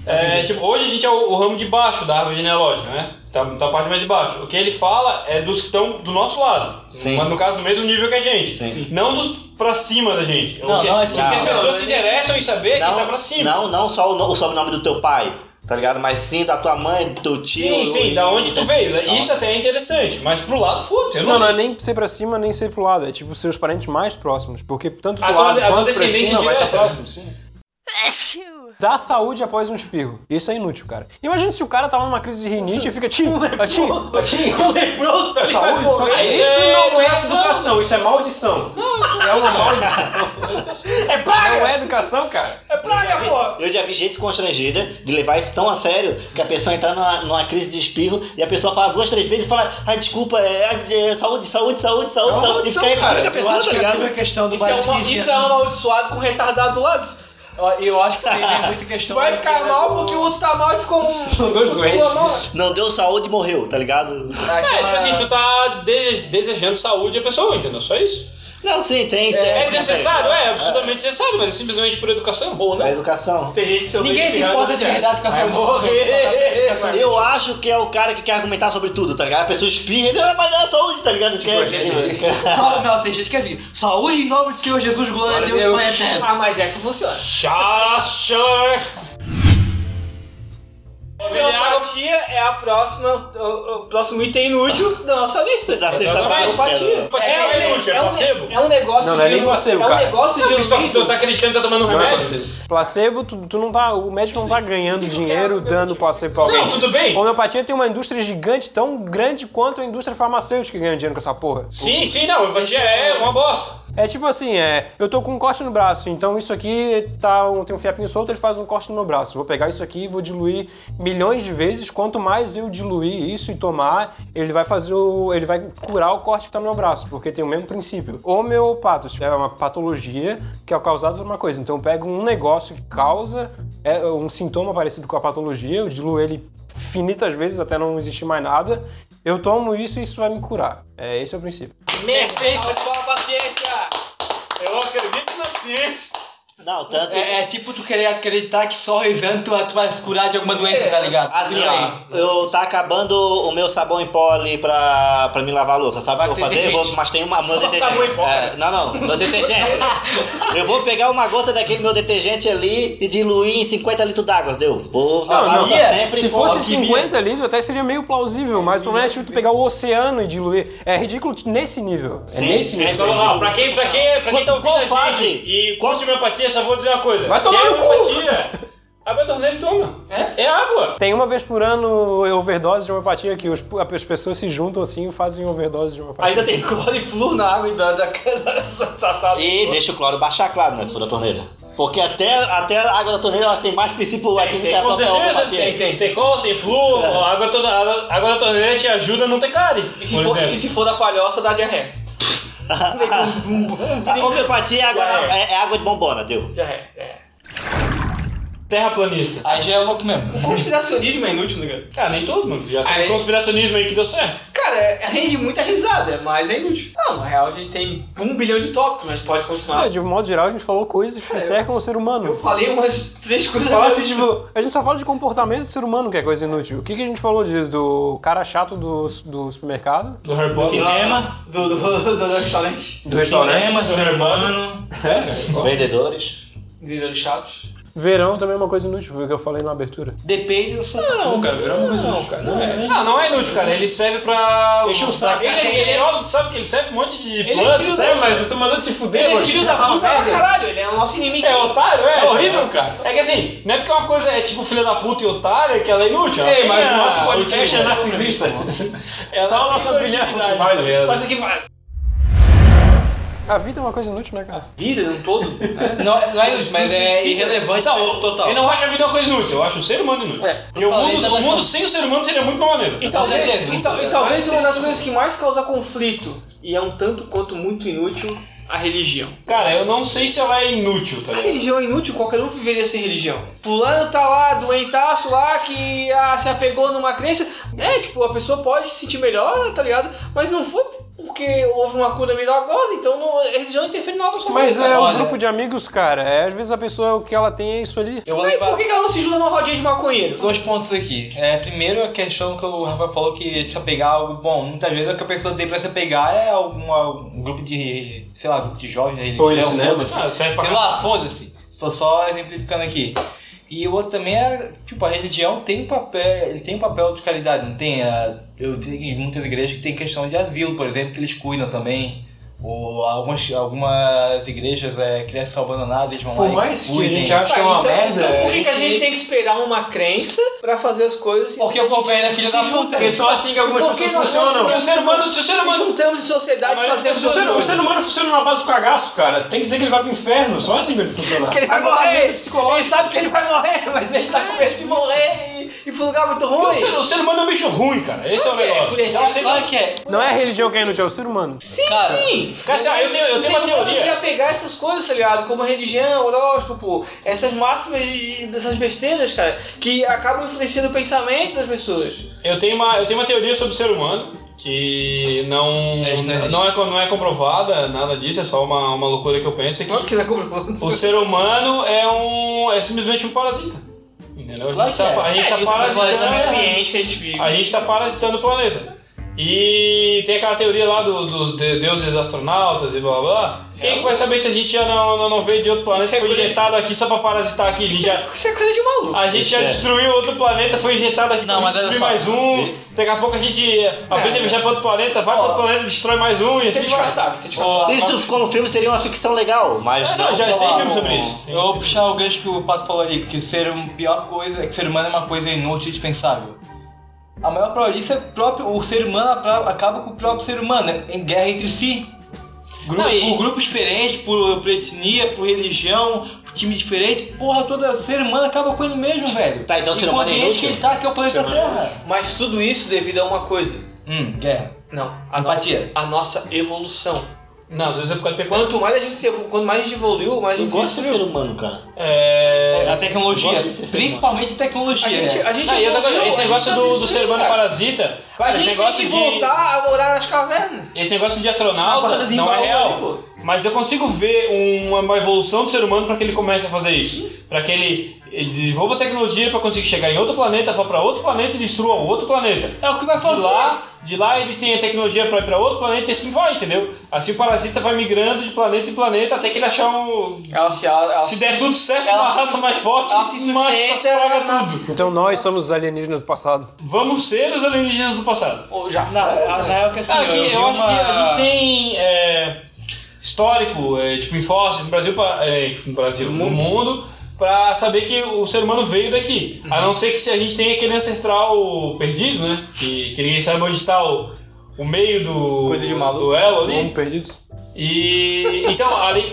B: É, tipo, hoje a gente é o, o ramo de baixo da árvore genealógica, né? Tá, tá a parte mais de baixo. O que ele fala é dos que estão do nosso lado.
C: Sim.
B: Mas no caso, do mesmo nível que a gente.
C: Sim.
B: Não dos pra cima da gente.
C: Não,
B: o que,
C: não, é
B: porque
C: tipo-
B: as
C: não,
B: pessoas se interessam em saber quem
C: um
B: tá pra cima.
C: Não, não só o, no- o sobrenome do teu pai, tá ligado? Mas sim da tua mãe, do teu tio.
B: Sim, sim, da onde tu veio. né?
C: Não.
B: Isso até é interessante, mas pro lado, foda-se. eu
A: Não, não
B: sei.
A: é nem ser pra cima, nem ser pro lado. É tipo seus parentes mais próximos. Porque tanto pro
B: A tua-
A: lado
B: Ah, então a tua
A: quanto pra
B: descendência
A: cima vai
B: direta,
A: estar
B: né?
A: próximo, sim. Dar saúde após um espirro. Isso é inútil, cara. Imagina se o cara tá lá numa crise de rinite e fica... Tim, Tim, Tim, saúde. só-
B: é Aí
A: Isso
B: é
A: não é
B: educação.
A: educação, isso é maldição. É uma maldição.
E: É
A: Não
E: praga!
A: é educação, cara.
E: É praga, pô!
C: Eu já vi gente constrangida de levar isso tão a sério que a pessoa entrar numa, numa crise de espirro e a pessoa fala duas, três vezes e fala, ai, desculpa, é, é, saúde, saúde, saúde, saúde,
A: uma
C: saúde. E
A: maldição,
C: fica repetindo
A: cara.
C: com a
D: Eu
C: pessoa,
D: acho
C: tá
D: que a
C: ligado?
D: mesma questão do
E: Isso é,
D: Bate
E: um,
D: 15
E: isso é um amaldiçoado com retardado do lado.
D: é- Ó, Eu acho que isso aí tem muita questão.
E: Vai ficar mal porque o outro tá mal e ficou um.
A: São dois
E: ficou
A: doentes.
E: mal.
C: Não deu saúde e morreu, tá ligado?
B: É, tipo assim, tu tá de- desejando saúde à pessoa, entendeu? Só isso.
C: Não, sim, tem. tem-
B: É,
C: acontece.
B: necessário, é, absolutamente necessário, mas é simplesmente por educação.
E: Ou
C: Da
E: não.
C: educação.
E: Tem gente que se
D: Ninguém se importa de verdade com a saúde. tá-
C: Eu acho que é o cara que quer argumentar sobre tudo, tá ligado? A pessoa espirra, ele, "Ah, mas é saúde, tá ligado? Quer-
D: né? Sa- Não, tem gente que é assim. Saúde em nome do Senhor Jesus, glória a Deus, Pai eterno.
E: Ah, mas essa funciona.
B: Chacha!
E: Homeopatia é a próxima, o, o próximo item inútil da nossa lista.
C: Da sexta
E: Exatamente.
C: parte.
E: Homeopatia.
B: É, é inútil, é
E: um-
B: placebo.
E: É um negócio
A: Não, não é nem
E: de-
A: placebo,
E: É um
A: cara.
E: negócio de
B: Tu tá, tu
E: ouvido.
B: tá acreditando que tá tomando
A: Não é
B: remédio?
A: Placebo, tu, tu não tá. O médico não tá ganhando dinheiro dando placebo pra alguém.
B: Não, tudo bem.
A: Homeopatia tem uma indústria gigante, tão grande quanto a indústria farmacêutica que ganha dinheiro com essa porra.
B: Sim, sim, não. Empatia é uma bosta.
A: É tipo assim, é, eu tô com um corte no braço, então isso aqui tá, um- tem um fiapinho solto, ele faz um corte no meu braço. Vou pegar isso aqui e vou diluir milhões de vezes. Quanto mais eu diluir isso e tomar, ele vai fazer o. ele vai curar o corte que tá no meu braço, porque tem o mesmo princípio. Homeopatos é uma patologia que é causada por uma coisa. Então eu pego um negócio que causa é, um sintoma parecido com a patologia, eu diluo ele infinitas vezes até não existir mais nada. Eu tomo isso e isso vai me curar. É, esse é o princípio.
B: Perfeito.
E: Alto a paciência.
B: Eu acredito na ciência.
C: Não, tanto.
D: É, é tipo tu querer acreditar que só rezando tu, tu vai se curar de alguma doença, tá ligado?
E: É,
C: Assim,
D: Por aí.
C: ó, eu tá acabando o meu sabão em pó ali pra, pra me lavar a louça. Sabe o que eu vou
D: ter
C: fazer? Eu vou,
D: gente.
C: mas tem uma, meu
E: sabão em
C: detergente.
E: pó,
C: É, não, não, meu detergente. eu vou pegar uma gota daquele meu detergente ali e diluir em 50 litros d'água, deu? Vou lavar a
E: tá
C: louça
A: ia.
C: sempre.
A: Se
C: pô.
A: fosse
C: Alquimia.
A: 50 litros, até seria meio plausível, mas o problema é tipo, tu pegar o oceano e diluir. É ridículo nesse nível. É
C: Sim,
A: nesse nível.
B: Então, ó, pra quem, pra quem, pra quem tá
C: Qual
B: ouvindo a
C: fase?
B: gente e curte homeopatia, só vou dizer uma coisa.
A: Vai tomar
B: Quer
A: no cu.
B: homeopatia? Abre a torneira e toma.
E: É?
B: É água.
A: Tem uma vez por ano overdose de homeopatia que os- as pessoas se juntam assim e fazem overdose de homeopatia.
E: Ainda tem cloro e flúor na água da, da, da, da, da-
C: E deixa o cloro baixar, claro, né, se for da torneira. Porque até, até a água da torneira elas têm mais princípio ativo que a
B: com
C: própria
B: certeza,
C: homeopatia.
B: tem, tem, tem cola, tem flúor, a água, toda, a água- a água da torneira te ajuda a não ter cárie,
E: E se,
B: por
A: é.
E: for, e
B: exemplo.
E: se for da palhoça, dá diarreia.
C: A homeopatia é água,
E: É.
C: é- é água de bombona, deu.
E: Diarreia, é.
B: Terraplanista.
D: Aí já é louco mesmo.
E: O conspiracionismo é inútil, né, cara?
B: Cara, nem todo mundo. Já tem
E: Aí-
B: conspiracionismo aí que deu certo.
E: Cara, é- rende muita risada, mas é inútil. Não, na real a gente tem um bilhão de tópicos, mas pode
A: Ah,
E: continuar.
A: de modo geral, a gente falou coisas que
E: É, eu-
A: cercam o ser humano.
E: Eu falei umas três coisas.
A: Fala assim, tipo, a gente só fala de comportamento do ser humano, que é coisa inútil. O que, que a gente falou de, do cara chato do, do supermercado?
B: Do Harry
D: né?
B: Potter.
F: Cinema,
E: do, do, do, do restaurante.
A: Do
F: cinema, ser humano.
C: Vendedores.
E: Vendedores chatos.
A: Verão também é uma coisa inútil, foi o que eu falei na abertura.
D: Depende do seu.
E: Não,
B: cara, virou uma coisa
E: Não, cara, não é.
B: Não, não é inútil, cara. Ele serve pra.
E: Enche o saco.
B: Ele,
E: Ele-
B: ele, ele, ó, sabe que ele serve pra um monte de
E: Ele é
B: planta,
E: filho
B: serve,
E: da-
B: mas eu tô mandando se fuder,
E: Ele é
B: mano.
E: filho da puta pra caralho, ele é o nosso inimigo.
B: É otário, é?
E: É horrível,
B: cara. É que assim, não é porque uma coisa é tipo filha da puta e otário que ela é inútil. Ei,
F: mas o nosso podcast é narcisista.
B: Só a nossa opinião.
F: Vai ler.
E: Só isso aqui vai.
A: A vida é uma coisa inútil, né, cara?
E: Vida, num todo. né?
D: Não, não é inútil, mas é irrelevante
B: Não,
D: total.
B: Eu não acho a vida uma coisa inútil, eu acho o ser humano inútil.
E: É.
B: Porque o
D: Total,
B: mundo,
D: ele tá
B: o mundo
D: achando- Então-
B: sem o ser humano seria muito mais
E: E
B: maneiro.
E: talvez,
D: certeza.
E: e
B: né?
E: tal- e talvez uma das coisas que mais causa conflito, e é um tanto quanto muito inútil, a religião.
B: Cara, eu não sei se ela é inútil, tá
E: A
B: ligado?
E: religião é inútil, qualquer um viveria sem religião. Fulano tá lá, doentaço lá, que ah, se apegou numa crença. É, tipo, a pessoa pode se sentir melhor, tá ligado? Mas não foi porque houve uma cura milagrosa, então não- a religião não interfere nada na sua
A: Mas
E: vida.
A: é um
D: Olha.
A: grupo de amigos, cara. É, às vezes a pessoa, o que ela tem é isso ali.
D: Eu vou
E: Mas por
D: levar
E: que que ela não se junta numa rodinha de maconheiro?
D: dois pontos aqui. É, primeiro, a questão que o Rafa falou que se apegar a algo bom. Muitas vezes o que a pessoa tem pra se apegar é algum, algum grupo de, sei lá, grupo de jovens, né?
A: Ou
D: de
A: eles, né?
D: foda-se.
B: Ah, serve pra
D: Sei lá, foda-se. Estou só exemplificando aqui. E o outro também é, tipo, a religião tem um papel, ele tem um papel de caridade, não tem? Ah, eu sei que muitas igrejas que tem questão de asilo, por exemplo, que eles cuidam também. Ou algumas, algumas igrejas, é, crianças abandonadas, eles vão lá
F: Por
D: e
F: mais que a
D: cuidem.
F: gente ache que é uma
E: então,
F: merda.
E: então por que, que a
B: É
E: gente tem que esperar uma crença pra fazer as coisas?
D: Porque o governo é filho da puta.
B: Porque só assim que algumas
E: Por que nós
B: pessoas
E: não
B: funcionam. Porque o ser humano, se o ser
E: Nós
B: humano Ah,
E: juntamos em
D: é
E: sociedade
B: Mas
E: fazer
B: o,
E: as
B: ser, o
E: coisas.
B: ser humano funciona na base do cagaço, cara. Tem que dizer que ele vai pro inferno, só assim pra ele funcionar.
E: Que ele vai morrer, ele sabe que ele vai morrer, mas ele tá com medo de morrer e ir pro lugar muito
B: O
E: ruim.
B: ser, o ser humano é um bicho ruim, cara. Esse é o
E: Por quê?
B: negócio.
E: Por exemplo,
B: Então, tem-
D: Claro que é.
A: Não é a religião que é inútil, é o ser humano.
E: Sim,
D: Cara,
E: sim.
B: Cara, assim, ah, eu tenho, eu tenho uma
E: Você não pode se
B: teoria.
E: apegar a essas coisas, tá ligado? Como religião, horóscopo, essas máximas de- dessas besteiras, cara, que acabam influenciando o pensamento das pessoas.
B: Eu tenho uma, eu tenho uma teoria sobre o ser humano que não
D: É, isso não existe.
B: não é, co- não é comprovada, nada disso, é só uma, uma loucura que eu penso. é que
E: que tá comprando.
B: o ser humano é um é simplesmente um parasita. Entendeu? A
D: Claro
B: gente
D: que é.
B: tá, a gente tá
E: É, isso
D: planeta
B: parasitando
D: não
E: O
D: é
E: ambiente que a gente vive.
B: A gente tá parasitando o planeta. E tem aquela teoria lá do- dos de- deuses astronautas e blá blá blá. Quem vai saber se a gente já não, não, não veio de outro planeta
E: Isso é
B: que foi
E: coisa de-
B: injetado aqui só pra parasitar aqui? A gente já,
E: Isso é coisa de maluco.
B: a gente já destruiu outro planeta, foi injetado aqui
D: Não,
B: pra
D: mas
B: destruir
D: olha
B: mais
D: só.
B: um. Daqui a pouco a gente
E: É.
B: aprende a viajar pra outro planeta, vai pra outro planeta, destrói mais um e
E: Isso é
B: assim, cara.
E: descartável, isso é descartável.
D: Ó,
C: Isso ficou no filme, seria uma ficção legal, mas
B: Ah, não,
C: não.
B: já
D: Sei
B: tem
D: lá,
B: filme
D: um-
B: sobre isso. Tem
D: Eu vou puxar o gancho que o Pato falou ali, porque ser um pior coisa é que ser humano é uma coisa inútil e dispensável. A maior prova disso é que o próprio, o ser humano apra- acaba com o próprio ser humano, né? em guerra entre si. Gru-
E: Não, e-
D: Por grupos diferentes, por, por etnia, por religião, por time diferente, porra, todo ser humano acaba com ele mesmo, velho.
C: Tá, então o ser
D: e com o
C: humano é
D: ambiente que
C: inútil?
D: ele tá, que é o planeta
B: Ser humano
D: Terra.
E: Mas tudo isso devido a uma coisa.
D: Hum, guerra.
E: Não, a,
D: Empatia.
E: nossa- a nossa evolução.
B: Não, às vezes é por causa de pecado.
E: Quanto mais a gente se evolu- quanto mais a gente evoluiu, mais a
C: Eu
E: gente
C: gosto
E: se
C: de ser humano, cara.
B: É.
D: a tecnologia,
C: gosto de ser ser humano.
D: principalmente tecnologia.
E: A gente, a gente
B: Ah, e outra coisa,
E: evoluiu,
B: esse
E: a gente
B: negócio
E: tá
B: do,
E: se
B: do ser humano
E: cara.
B: parasita,
E: A
B: esse
E: gente
B: negócio
E: tem que
B: de.
E: voltar a morar nas cavernas.
B: Esse negócio de
E: Na roda
B: astronauta
E: de
B: não é
E: embalagem,
B: real.
E: pô.
B: Mas eu consigo ver um, uma, uma evolução do ser humano para que ele comece a fazer isso. Para que ele eh, desenvolva tecnologia para conseguir chegar em outro planeta, vá para outro planeta e destrua outro planeta.
D: É o que vai
B: De
D: fazer.
B: lá, de lá ele tem a tecnologia para ir para outro planeta e assim vai, entendeu? Assim o parasita vai migrando de planeta em planeta até que ele achar um.
E: Ela se, ela, ela
B: Se der tudo certo,
E: ela
B: uma
E: se-
B: raça mais forte,
E: ela se
B: mas
E: sustenta tá- na-
B: praga tudo.
A: Então nós somos os alienígenas do passado.
B: Vamos ser os alienígenas do passado.
E: Ou já
D: Na, a- na época assim,
B: Cara, que
D: eu, vi
B: Ah, eu acho
D: uma...
B: que a gente tem é, histórico, é, tipo, em fósseis no Brasil, pa- é, no Brasil, no mundo, pra saber que o ser humano veio daqui. A não ser que se a gente tem aquele ancestral perdido, né? Que, que ninguém sabe onde está o, o meio do,
E: Coisa de maluco.
B: do elo ali.
A: Vamos perdidos.
B: E então, ali.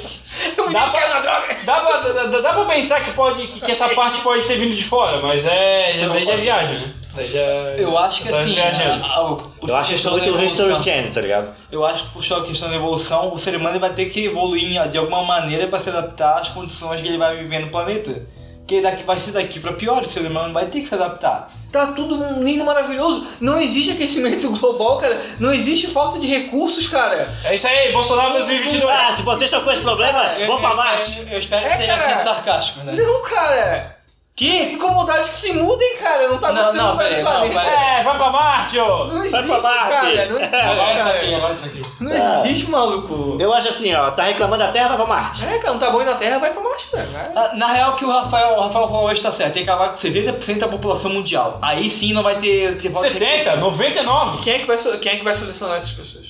B: dá, pra, dá, pra, dá, dá pra pensar que, pode, que, que essa parte pode ter vindo de fora, mas é. Já, daí já é viagem, né? Daí já.
D: Eu acho que
B: Tá
D: assim.
B: viajando.
D: a- a- o-
C: Eu acho isso
D: questão da
C: muito History
D: evolução-
C: Channel, tá ligado?
D: Eu acho que puxou a questão da evolução, o ser humano ele vai ter que evoluir em- de alguma maneira para se adaptar às condições que ele vai viver no planeta. Porque daqui vai ser daqui para pior, o ser humano vai ter que se adaptar.
E: Tá tudo lindo, maravilhoso. Não existe aquecimento global, cara. Não existe falta de recursos, cara.
B: É isso aí, Bolsonaro 2022.
C: Ah, se vocês estão com esse problema,
D: Eu-
C: vão pra
D: eu-
C: Marte.
D: Eu, eu espero
E: É,
D: que tenha
E: cara.
D: sido sarcástico, né?
E: Não, cara. Que? Incomodados que se mudem, cara. Não tá
D: Não,
E: nascendo
D: não,
E: vontade de
D: peraí, não,
E: planeta.
D: peraí.
B: É, vai pra Marte, ó!
E: Não existe,
C: Vai pra Marte.
E: cara. Não existe,
D: Agora isso aqui,
E: cara.
D: agora isso aqui.
E: Não existe, maluco.
C: Eu acho assim, ó, tá reclamando da Terra, vai pra Marte.
E: É, cara, não tá bom ir na Terra, vai pra Marte, cara.
D: Ah, Na real que o Rafael, o Rafael falou hoje tá certo, tem que acabar com 70% da população mundial. Aí sim não vai ter, ter voto
B: 70, 99.
E: Quem é, que vai, so- quem é que vai selecionar essas pessoas?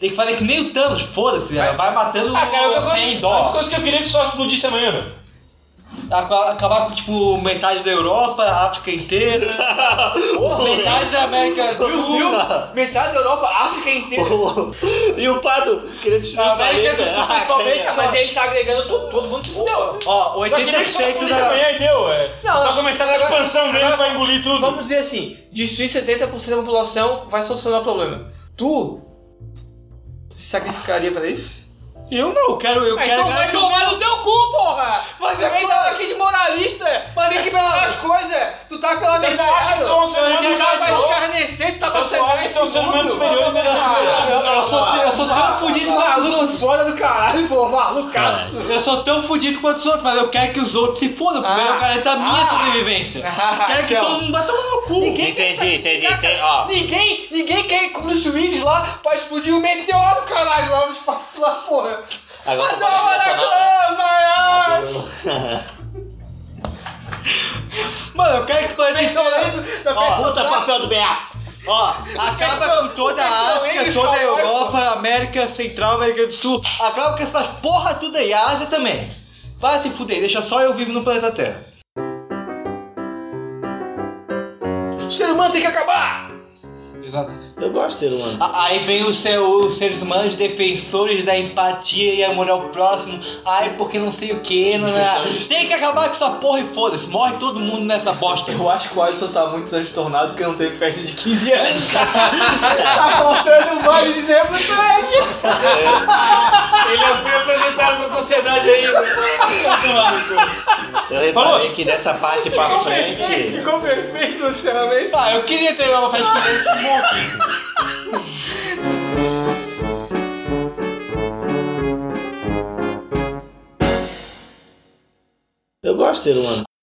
D: Tem que fazer que nem o Thanos, foda-se, vai, vai matando
B: Ah, cara, eu
D: sem
B: gosto,
D: dó.
B: a coisa que eu queria que só explodisse amanhã, velho.
D: Aca- Acabar com tipo metade da Europa, a África inteira, metade da América do Sul.
E: Metade da Europa, África inteira.
C: e o Pato queria destruir o
D: A América
C: planeta.
D: do Sul,
C: Ah,
D: principalmente,
C: cara.
E: Mas ele tá agregando todo, todo mundo.
D: Ó,
B: Só queria que só
D: 80%
B: explodisse
D: da.
B: amanhã e deu, é.
E: Não,
B: Só começar essa
E: agora-
B: expansão dele
E: agora-
B: pra engolir tudo.
E: Vamos dizer assim, destruir 70% da população vai solucionar o problema. Tu se sacrificaria pra isso?
D: Eu não, eu quero, eu
E: Ah,
D: quero
E: então vai
D: garantir.
E: tomar no teu cu, porra!
D: Mas é
E: Também
D: claro.
E: tá aqui de moralista!
D: Mas
E: tem
D: é
E: que
D: claro.
E: falar as coisas! Tu tá pela
B: Então, tu acha que eu sou um
E: verdade!
B: ser
E: Tu
B: humano
E: tá pra
B: superior?
E: escarnecer, tu tá pra
B: Então, tu acha que eu sou um ser humano superior e
D: Eu,
B: merecedor?
D: eu sou, eu sou
E: Ah,
D: tão fudido quanto os
E: Maluco
D: outros.
E: foda do caralho, pô, malucaço!
D: Eu sou tão fudido quanto os outros, mas eu quero que os outros se fodam, porque
E: Ah.
D: eu garanto a minha
E: Ah.
D: sobrevivência.
E: Ah,
D: quero que
E: então.
D: todo mundo bata no cu.
C: Entendi, entendi, entendi. Ó,
E: Ninguém, ninguém quer ir com os suínos lá pra explodir o meteoro, caralho, lá no espaço, lá fora.
C: agora
E: Mas
C: tu
E: é
C: pode
E: uma
C: selecionar.
E: maracanã,
D: Mano, eu quero que o planeta
E: Então,
C: Ó,
D: Ó,
C: puta papel do BA.
D: ó, acaba com toda a África, toda a Europa, América Central, América do Sul. Acaba com essas porra tudo aí, a Ásia também. Vai se fuder, deixa só eu vivo no planeta Terra.
E: O ser humano tem que acabar!
D: Exato.
C: Eu gosto de ser humano.
D: A- Aí vem os, ser- os seres humanos defensores da empatia e amor ao próximo. Ai, porque não sei o que. Não, não. Tem que acabar com essa porra e foda-se. Morre todo mundo nessa bosta.
E: Eu acho que o Alisson tá muito transtornado porque não teve festa de 15 anos. tá faltando mais exemplos pra ele.
B: Ele não foi apresentado na sociedade né? ainda.
C: Eu reparei que dessa parte pra frente.
E: Ficou perfeito, sinceramente.
D: Ah, eu queria ter uma festa com esse monte.
C: Eu gosto de ser humano.